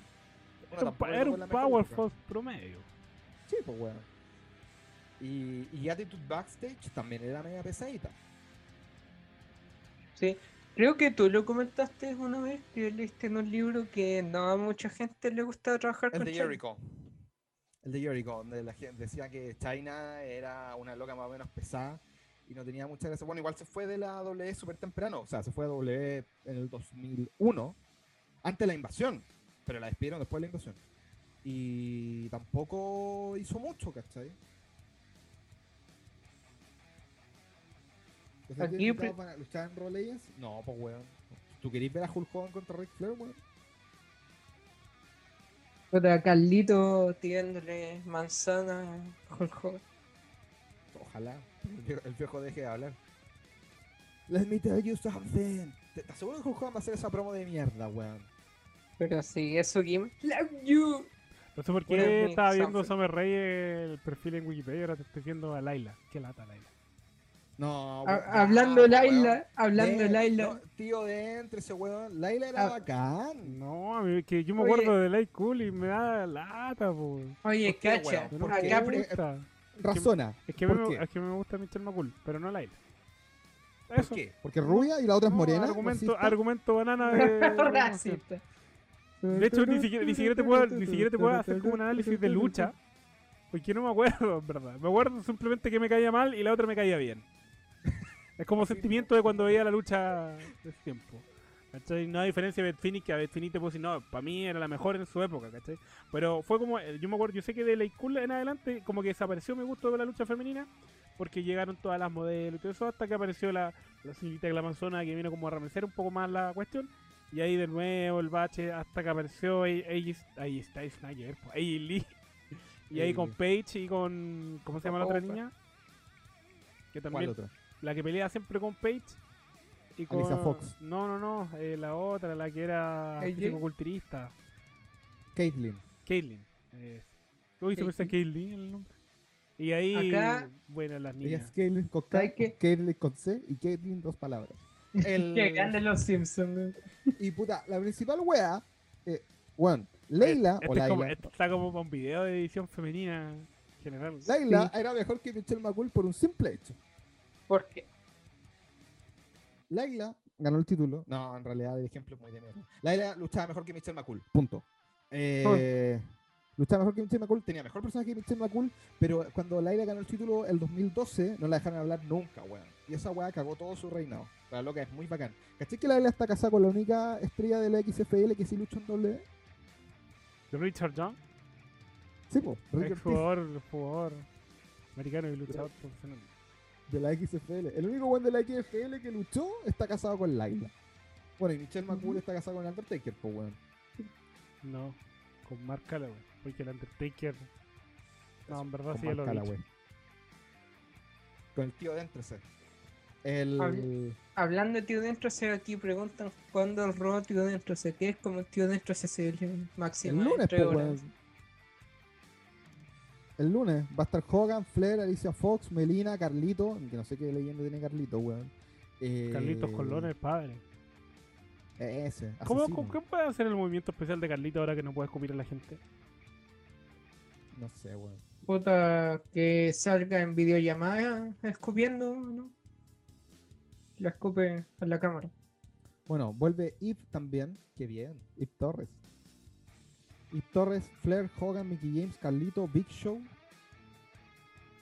B: Era un
D: tampoco
B: pa-
D: le
B: Era
D: tocó
B: un
D: la
B: Power
D: mecánica.
B: Force promedio.
E: Sí, pues weón.
D: Y, y Attitude Backstage también era media pesadita.
C: Sí. Creo que tú lo comentaste una vez que leíste en un libro que no a mucha gente le gusta trabajar
D: El
C: con
D: de
C: Shine.
D: Jericho. El de Jericho, donde la gente decía que China era una loca más o menos pesada y no tenía mucha gracia. Bueno, igual se fue de la WWE súper temprano. O sea, se fue a WWE en el 2001, antes de la invasión. Pero la despidieron después de la invasión. Y tampoco hizo mucho, ¿cachai?
E: O sea,
C: Aquí
E: ¿tienes
C: pre-
E: invitados para luchar en Raw Legends?
D: No, pues weón.
E: ¿Tú querés ver a Hulk Hogan contra Ric Flair, weón?
C: Puta, Carlito tirándole manzana a Hulk Hogan.
D: Ojalá el viejo, el viejo deje de hablar.
E: Let me tell you something.
D: Te, te aseguro que Hulk Hogan va a hacer esa promo de mierda, weón.
C: Pero sí, eso Kim. Love you.
B: No sé por
C: Bueno,
B: qué
C: muy
B: estaba viendo
C: something.
B: Summer Rey el perfil en Wikipedia, ahora te estoy viendo a Laila. Qué lata, Laila.
D: No,
C: Ha-
D: weón,
C: hablando
D: ya,
C: Laila,
D: weón.
C: hablando
D: De-
C: Laila.
D: Ah, no, tío, de entre ese weón. Laila era
C: Ah.
D: bacán.
B: No, a mí, que yo me
C: Oye.
B: acuerdo de Lay Cool y me da lata, po.
C: Oye,
D: qué,
C: cacha,
D: weón?
E: ¿Por
C: acá
E: qué?
C: pre-
E: Eh,
B: Puta.
E: Razona.
B: Es que,
E: ¿Por
B: me,
E: qué?
B: es que me gusta Michelle McCool, pero no Laila.
D: ¿Por
B: Eso.
D: qué?
E: Porque es rubia y la otra es
B: No,
E: morena.
B: argumento,
E: racista.
B: argumento banana de.
C: Racista.
B: de hecho, ni siquiera, ni siquiera te puedo, ni siquiera te puedo hacer como un análisis de lucha. Porque no me acuerdo, en verdad. Me acuerdo simplemente que me caía mal y la otra me caía bien. Es como sentimiento de cuando veía la lucha de ese tiempo. ¿Cachai? No hay diferencia de Beth Phoenix, que a Beth Phoenix te puedo decir, no, para mí era la mejor en su época, ¿cachai? Pero fue como, eh, yo me acuerdo, yo sé que de la Cool en adelante como que desapareció mi gusto de la lucha femenina porque llegaron todas las modelos y todo eso hasta que apareció la, la señorita Glamazona que vino como a remecer un poco más la cuestión y ahí de nuevo el bache hasta que apareció ahí ahí está Snyder, pues, AJ Lee y ahí
E: AJ
B: con Paige y con, ¿cómo se llama la otra niña? Que
E: ¿Cuál
B: también,
E: otra?
B: la que pelea siempre con Paige y con...
E: Alicia Fox.
B: No, no, no, eh, la otra, la que era
C: AJ.
B: culturista.
E: Caitlyn.
B: Caitlyn. Eh, uy, se
C: Caitlyn.
B: parece a Caitlyn el nombre. Y ahí,
C: Acá-
B: bueno, las
E: Ella
B: niñas.
E: es Caitlyn con K,
C: ¿Sabes qué?
E: Caitlyn con C y Caitlyn dos palabras. El-
C: Que ganen los Simpsons.
E: y puta, la principal wea, eh, weón, Leila
B: Este
E: o
B: es como-
E: Laila.
B: este está como para un video de edición femenina general.
E: Laila era mejor que Michelle McCool por un simple hecho.
C: Porque
E: Laila ganó el título. No, en realidad el ejemplo es muy de mierda. Laila luchaba mejor que Michelle McCool. Punto. Eh, Luchaba mejor que Michelle McCool, tenía mejor personaje que Michelle McCool, pero cuando Laila ganó el título el 2012, no la dejaron hablar nunca, weón. Y esa weá cagó todo su reinado. La loca es muy bacán. ¿Cachai que Laila está casada con la única estrella de la XFL que sí lucha en doble?
B: De Richard Young,
E: Sí, po. Rick
B: el
E: Ortiz,
B: jugador, jugador americano y luchador profesional.
E: de la XFL. El único weón de la XFL que luchó está casado con Laila. Bueno, y Michelle McCool está casada con el Undertaker, pues, weón.
B: No, con Mark Calloway. Porque el Undertaker. No, en verdad
E: con
B: sí ya lo
E: Mark
B: he dicho.
E: Callaway. Con el tío Déntrese. El.
C: Habl- hablando de tío dentro, se aquí preguntan cuándo el robo tío dentro se que es como el tío dentro se se
E: el
C: máximo.
E: lunes, pues, weón. El lunes va a estar Hogan, Flair, Alicia Fox, Melina, Carlito. Que no sé qué leyenda tiene Carlito, weón. Eh,
B: Carlitos Colón, el padre.
E: Ese.
B: ¿Cómo,
E: asesino.
B: cómo- qué puede hacer el movimiento especial de Carlito ahora que no puede escupir a la gente?
E: No sé, weón.
C: Puta que salga en videollamada escupiendo, ¿no? La escupe a la cámara.
E: Bueno, vuelve Ip también. Qué bien. Ip Torres. Ip Torres, Flair, Hogan, Mickey James, Carlito, Big Show.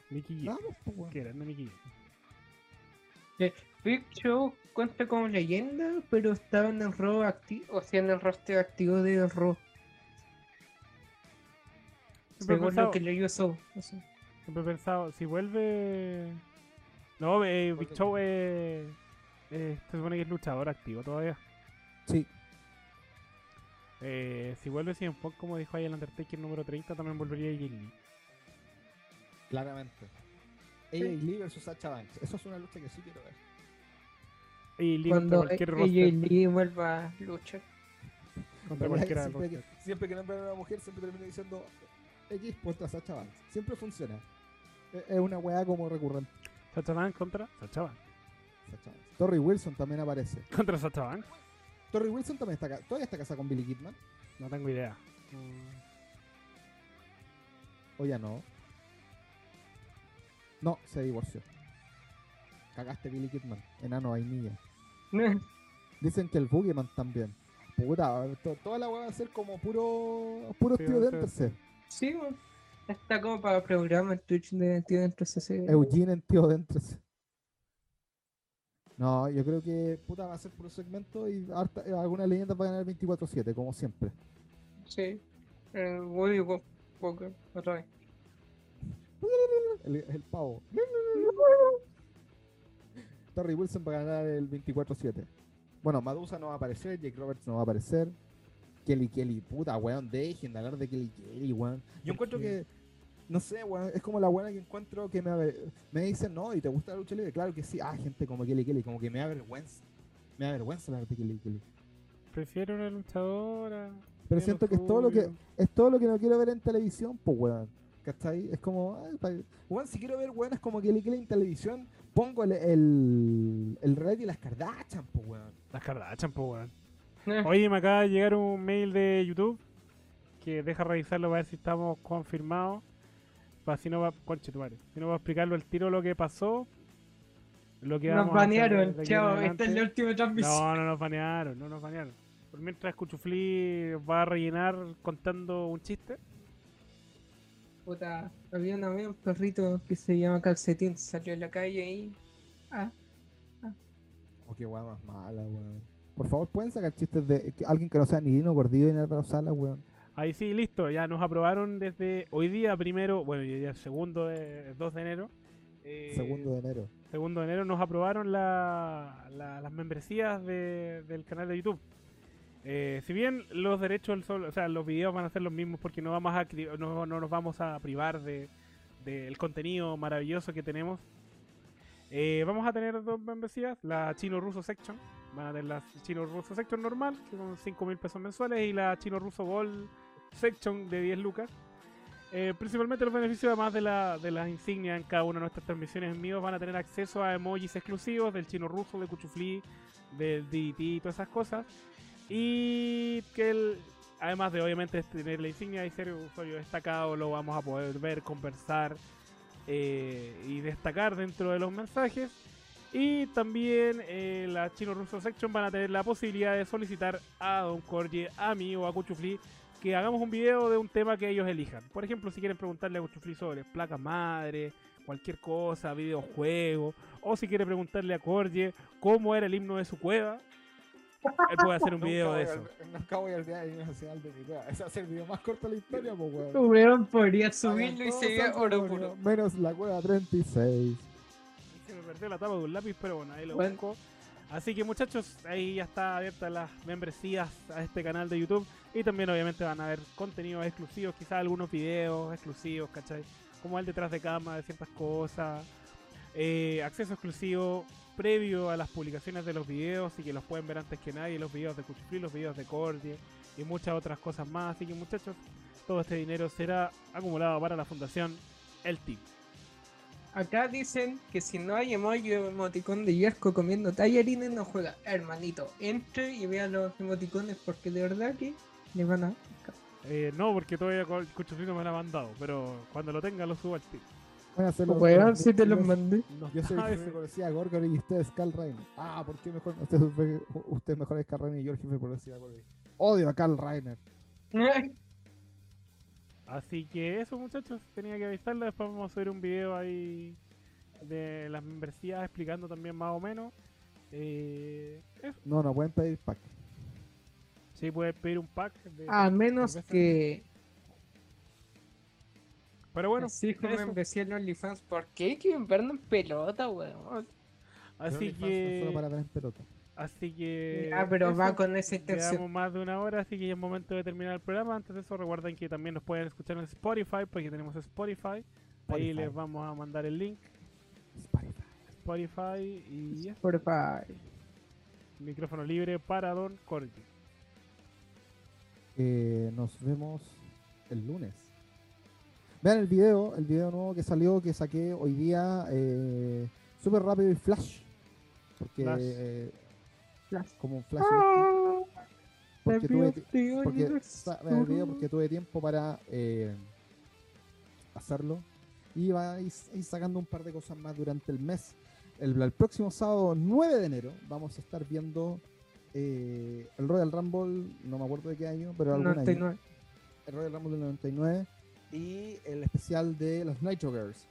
B: Mickey James.
E: Vamos, pues, weón.
B: Qué grande Mickey James.
C: Big Show cuenta como leyenda, pero estaba en el robo activo, o sea, en el roster activo de Raw.
B: Siempre he
C: Según
B: pensado-
C: lo que leyó Show. o sea.
B: Siempre he pensado, si vuelve. No, eh, Big
E: Vuelve
B: Show eh, eh, se supone que es luchador activo todavía.
E: Sí.
B: Eh, si vuelve CM Punk, como dijo ahí el Undertaker número 30, también volvería Jay Lee.
E: Claramente. AJ Lee versus Sacha Banks. Eso es una lucha que sí quiero ver.
B: Y Lee contra
C: Cuando
E: eh,
B: cualquier
C: AJ
B: roster.
C: Lee vuelva a luchar.
B: Contra
E: Pero
B: cualquiera del
E: siempre,
B: roster.
E: que, siempre que nombran a una mujer, siempre termina diciendo X contra Sacha Banks. Siempre funciona. E- Es una weá como recurrente.
B: Sacha Banks contra Sacha Banks.
E: Sacha Banks. Torrey Wilson también aparece.
B: Contra Sacha Banks.
E: Torrey Wilson también está, ca- todavía está casada con Billy Kidman.
B: No tengo idea.
E: Mm. O ya no. No, se divorció. Cagaste Billy Kidman. Enano vainilla. Dicen que el Boogeyman también. Puta, to- toda la weá va a ser como puro, puro
B: Sí,
E: tío
B: va a
E: de
B: ser-
E: Enterse.
C: sí, weón. está como para programar el Twitch de tío dentro CC.
E: Eugene en tío dentro. No, yo creo que puta va a ser por un segmento y harta- eh, algunas leyendas van a ganar 24-7, como siempre.
C: Sí. Eh, Woody Wo- Walker, otra vez.
E: El, el pavo. Terry Wilson va a ganar el 24-7. Bueno, Madusa no va a aparecer, Jake Roberts no va a aparecer. Kelly Kelly, puta, weón, dejen de hablar de Kelly Kelly, weón. Yo encuentro que, no sé, weón, es como la buena que encuentro que me, aver- me dicen, no, ¿y te gusta la lucha libre? Claro que sí, ah, gente como Kelly Kelly, como que me da vergüenza. Me da vergüenza hablar de Kelly Kelly.
B: Prefiero una luchadora.
E: Pero
B: menos
E: siento que es todo lo que
B: rubio.
E: es todo lo que no quiero ver en televisión, pues weón. ¿Cachai? Es como, ay, pa- weón, si quiero ver weón, es como que le en televisión, pongo el, el, el reality de las Kardashian, pues weón.
B: Las Kardashian, po, weón.
C: Eh,
B: Oye, me acaba de llegar un mail de YouTube que deja revisarlo para ver si estamos confirmados. Para si no va, conchetumare, si no va a explicarlo el tiro lo que pasó. Lo que
C: Nos
B: vamos a hacer de
C: banearon,
B: aquí en
C: chao, este esta es
B: adelante.
C: la última transmisión.
B: No, no nos banearon, no nos banearon. Por mientras Cuchuflí va a rellenar contando un chiste.
C: Puta, había una vez un perrito que se llama Calcetín, salió a la calle y... Ah,
E: O Oh, qué weón más mala, weón. Por favor, pueden sacar chistes de que- alguien que no sea ni Dino Gordillo ni Álvaro Sala, weón.
B: Ahí sí, listo, ya nos aprobaron desde hoy día primero, bueno, hoy día segundo de 2 de enero. eh,
E: Segundo de enero.
B: segundo de enero nos aprobaron la- la- las membresías de- del canal de YouTube. Eh, si bien los derechos, del sol- o sea, los videos van a ser los mismos porque no, vamos a, cri- no, no nos vamos a privar de- del contenido maravilloso que tenemos, eh, vamos a tener dos membresías, la chino-ruso section, van a tener la chino-ruso section normal, que son 5 mil pesos mensuales, y la chino-ruso gold section de 10 lucas. Eh, principalmente los beneficios, además de, la, de las insignias en cada una de nuestras transmisiones míos, van a tener acceso a emojis exclusivos del chino ruso, de Cuchuflí, del DDT y todas esas cosas. Y que el- además de obviamente tener la insignia y ser un usuario destacado, lo vamos a poder ver, conversar eh, y destacar dentro de los mensajes. Y también eh, la Chino Russo Section van a tener la posibilidad de solicitar a Don Corje, a mí o a Cuchufli que hagamos un video de un tema que ellos elijan. Por ejemplo, si quieren preguntarle a Cuchufli sobre placas madre, cualquier cosa, videojuego, o si quiere preguntarle a Corje cómo era el himno de su cueva, él puede hacer un video de
E: Nunca
B: eso.
E: voy a- Nunca voy a olvidar el himno nacional de mi cueva. Ese va a ser el video más corto de la historia, pues, weón.
C: Weón, podría
E: Hagan
C: subirlo y
E: todo
C: sería
E: Santo
C: oro
E: Demonio,
C: puro.
E: Menos la cueva 36.
B: Se me perdió la tapa de un lápiz, pero bueno, ahí lo
C: Bueno.
B: busco. Así que muchachos, ahí ya está abierta las membresías a este canal de YouTube. Y también obviamente van a haber contenidos exclusivos, quizás algunos videos exclusivos, ¿cachai? Como el detrás de cama de ciertas cosas. Eh, acceso exclusivo previo a las publicaciones de los videos, así que los pueden ver antes que nadie, los videos de Cuchufli, los videos de Cordie y muchas otras cosas más. Así que muchachos, todo este dinero será acumulado para la fundación El Team.
C: Acá dicen que si no hay emoji o emoticón de Yerko comiendo tallarines, no juega. Hermanito, entre y vea los emoticones porque de verdad que le van a.
B: Eh, no, porque todavía co- Cuchufli no me la ha mandado, pero cuando lo tenga lo subo al tiro.
E: Van a hacer los-
C: Weón,
E: los-
C: si te los
E: los-
C: mandé.
B: No
E: Yo soy el
B: sabe.
E: jefe conocía a Gorgory y usted es Carl Reiner. Ah, ¿por qué mejor usted, es fe- usted mejor es Carl Reiner y yo el jefe conocía a Gorgory? Odio a Carl Reiner.
B: Así que eso, muchachos, tenía que avisarlo. Después vamos a subir un video ahí de las membresías explicando también más o menos. Eh, eso.
E: No, no pueden pedir pack.
B: Sí, puedes pedir un pack. De...
C: A menos que.
B: Pero bueno,
C: así como
B: eso.
C: empecé en OnlyFans, ¿por qué hay que vernos en pelota, weón?
B: así
E: OnlyFans es Solo
B: que.
E: para ver en pelota.
B: Así que.
C: Ah, pero
B: Eh, eso.
C: va con esa intención.
B: Llevamos más de una hora, así que ya es momento de terminar el programa. Antes de eso, recuerden que también nos pueden escuchar en Spotify, porque tenemos Spotify. Ahí
E: Spotify.
B: les vamos a mandar el link.
E: Spotify.
B: Spotify y ya.
C: Por favor.
B: Micrófono libre para Don Corgi.
E: Eh, nos vemos el lunes. Vean el video, el video nuevo que salió, que saqué hoy día, eh, súper rápido y flash. Porque
B: Flash.
E: eh,
C: Flash.
E: como un flash.
C: Ah,
E: porque
C: The
E: tuve,
C: Beauty
E: porque,
C: Universe.
E: sa- vean el video porque tuve tiempo para eh, hacerlo. Y va a ir ir sacando un par de cosas más durante el mes. El, el próximo sábado 9 de enero vamos a estar viendo eh, el Royal Rumble, no me acuerdo de qué año, pero algún año
C: 99.
E: el Royal Rumble del 99 y el especial de los Nitro Girls.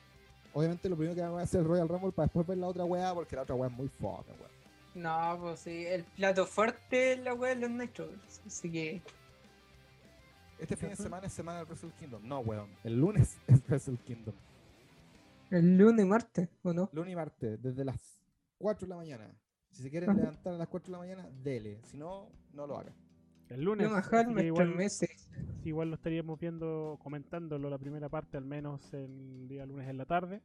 E: Obviamente lo primero que voy a hacer es el Royal Rumble para después ver la otra weá, porque la otra weá es muy foca, weón.
C: No, pues sí, el plato fuerte es la wea de los nachos. Así que,
D: Este fin de semana es semana del Wrestle Kingdom. No, weón. El lunes es Wrestle Kingdom.
C: el lunes, martes, ¿o no?
E: Lunes y martes, desde las 4 de la mañana. Si se quieren
C: Ajá.
E: levantar a las 4 de la mañana, dele. Si no, no lo hagan.
B: El lunes.
C: No bajar
B: así que
C: nuestros
B: igual,
C: meses.
B: sí, igual lo estaríamos viendo, comentándolo la primera parte, al menos el día lunes en la tarde.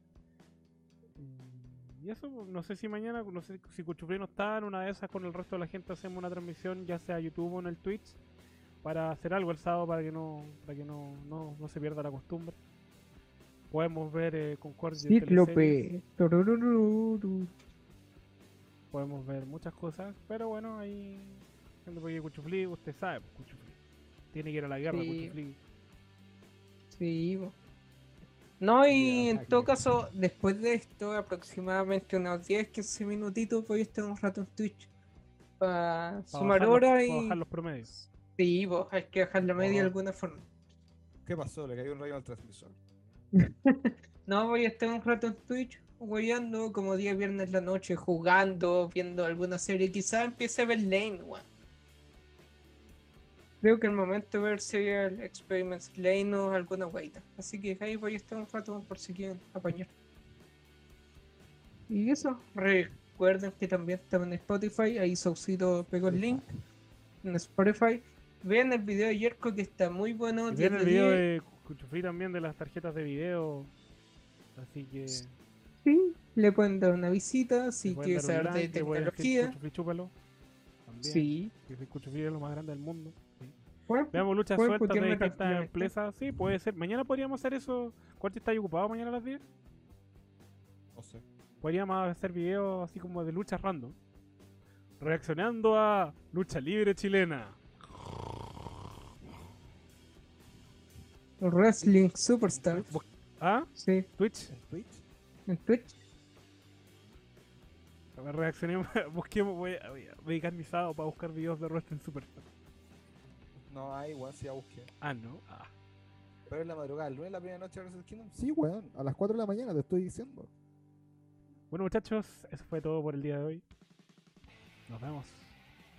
B: Mm, Y eso, pues, no sé si mañana, no sé si Cuchufri no está en una de esas con el resto de la gente, hacemos una transmisión, ya sea YouTube o en el Twitch, para hacer algo el sábado para que no, para que no, no, no se pierda la costumbre. Podemos ver eh, Concordia. teleseries.
C: Cíclope. tururururu.
B: podemos ver muchas cosas, pero bueno, ahí. gente, Porque Cuchufli, usted sabe, pues, Cuchufli. Tiene que ir a la guerra,
C: Sí.
B: Cuchufli.
C: Sí, bo. No, y
E: Ya,
C: en
E: aquí.
C: todo caso, después de esto, aproximadamente unos 10, 15 minutitos, voy a estar un rato en Twitch. Para
B: Pa' bajar
C: sumar
B: los-
C: horas
B: pa'
C: y.
B: bajar los promedios.
C: Sí, bo, hay que bajar la media de
D: Ojo.
C: alguna forma.
D: ¿Qué pasó? Le cayó un rayo al transmisor.
C: No, voy a estar un rato en Twitch, weyando como día viernes la noche, jugando, viendo alguna serie. Quizás empiece a ver Lane, weón. Creo que el momento de ver Serial Experiments Lane o alguna weita. Así que ahí voy a estar un rato por si quieren apañar. Y eso, recuerden que también estaba en Spotify, ahí Saucito pegó el link en Spotify. Vean el video de Yerko que está muy bueno.
B: Y viene
C: 10
B: el
C: de
B: video
C: 10.
B: de Cuchufli también de las tarjetas de video. Así que.
C: Sí, le pueden dar una visita
B: le
C: si
B: pueden
C: quiere
B: dar un
C: saber de
B: like, le pueden decir,
C: tecnología.
B: Cuchufli, chúpalo. También.
C: Sí,
B: Que Cuchufli es lo más grande del mundo. Sí.
C: Bueno,
B: Veamos luchas
C: Pueden
B: sueltas de
C: putearme
B: distintas
C: tranquilamente.
B: empresas. Sí, puede ser. Mañana podríamos hacer eso. ¿Cuarto está ahí ocupado mañana a las 10?
D: No sé.
B: Podríamos hacer videos así como de luchas random. Reaccionando a lucha libre chilena.
C: Wrestling Superstar.
B: ¿Ah?
C: Sí,
B: Twitch.
D: ¿En Twitch?
C: en Twitch.
B: Reaccionemos. Busquemos. Voy a, voy a dedicar mi sábado para buscar videos de Wrestling Superstar.
D: No, hay, weón, si ya busqué.
B: Ah, no. Ah.
D: Pero es la madrugada, el lunes la primera noche de Wrestle Kingdom.
E: Sí, weón. A las 4 de la mañana te estoy diciendo.
B: Bueno, muchachos, eso fue todo por el día de hoy. Nos vemos.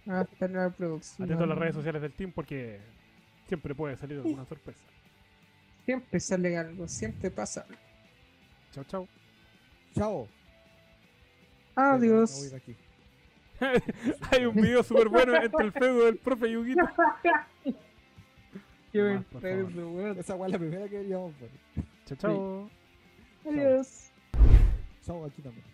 C: Hasta la próxima.
B: Atento a las redes sociales del team porque siempre puede salir alguna sorpresa.
C: Siempre sale algo, siempre pasa. algo.
B: Chao, chao.
E: Chao.
C: Adiós.
B: Hay un video súper bueno entre el feudo del profe Yuguito.
C: Qué
E: Nomás,
C: buen
E: por
C: perro, weón.
E: Esa weón es la primera que queríamos ver.
B: Chao, chao.
C: Adiós.
E: Chao aquí también.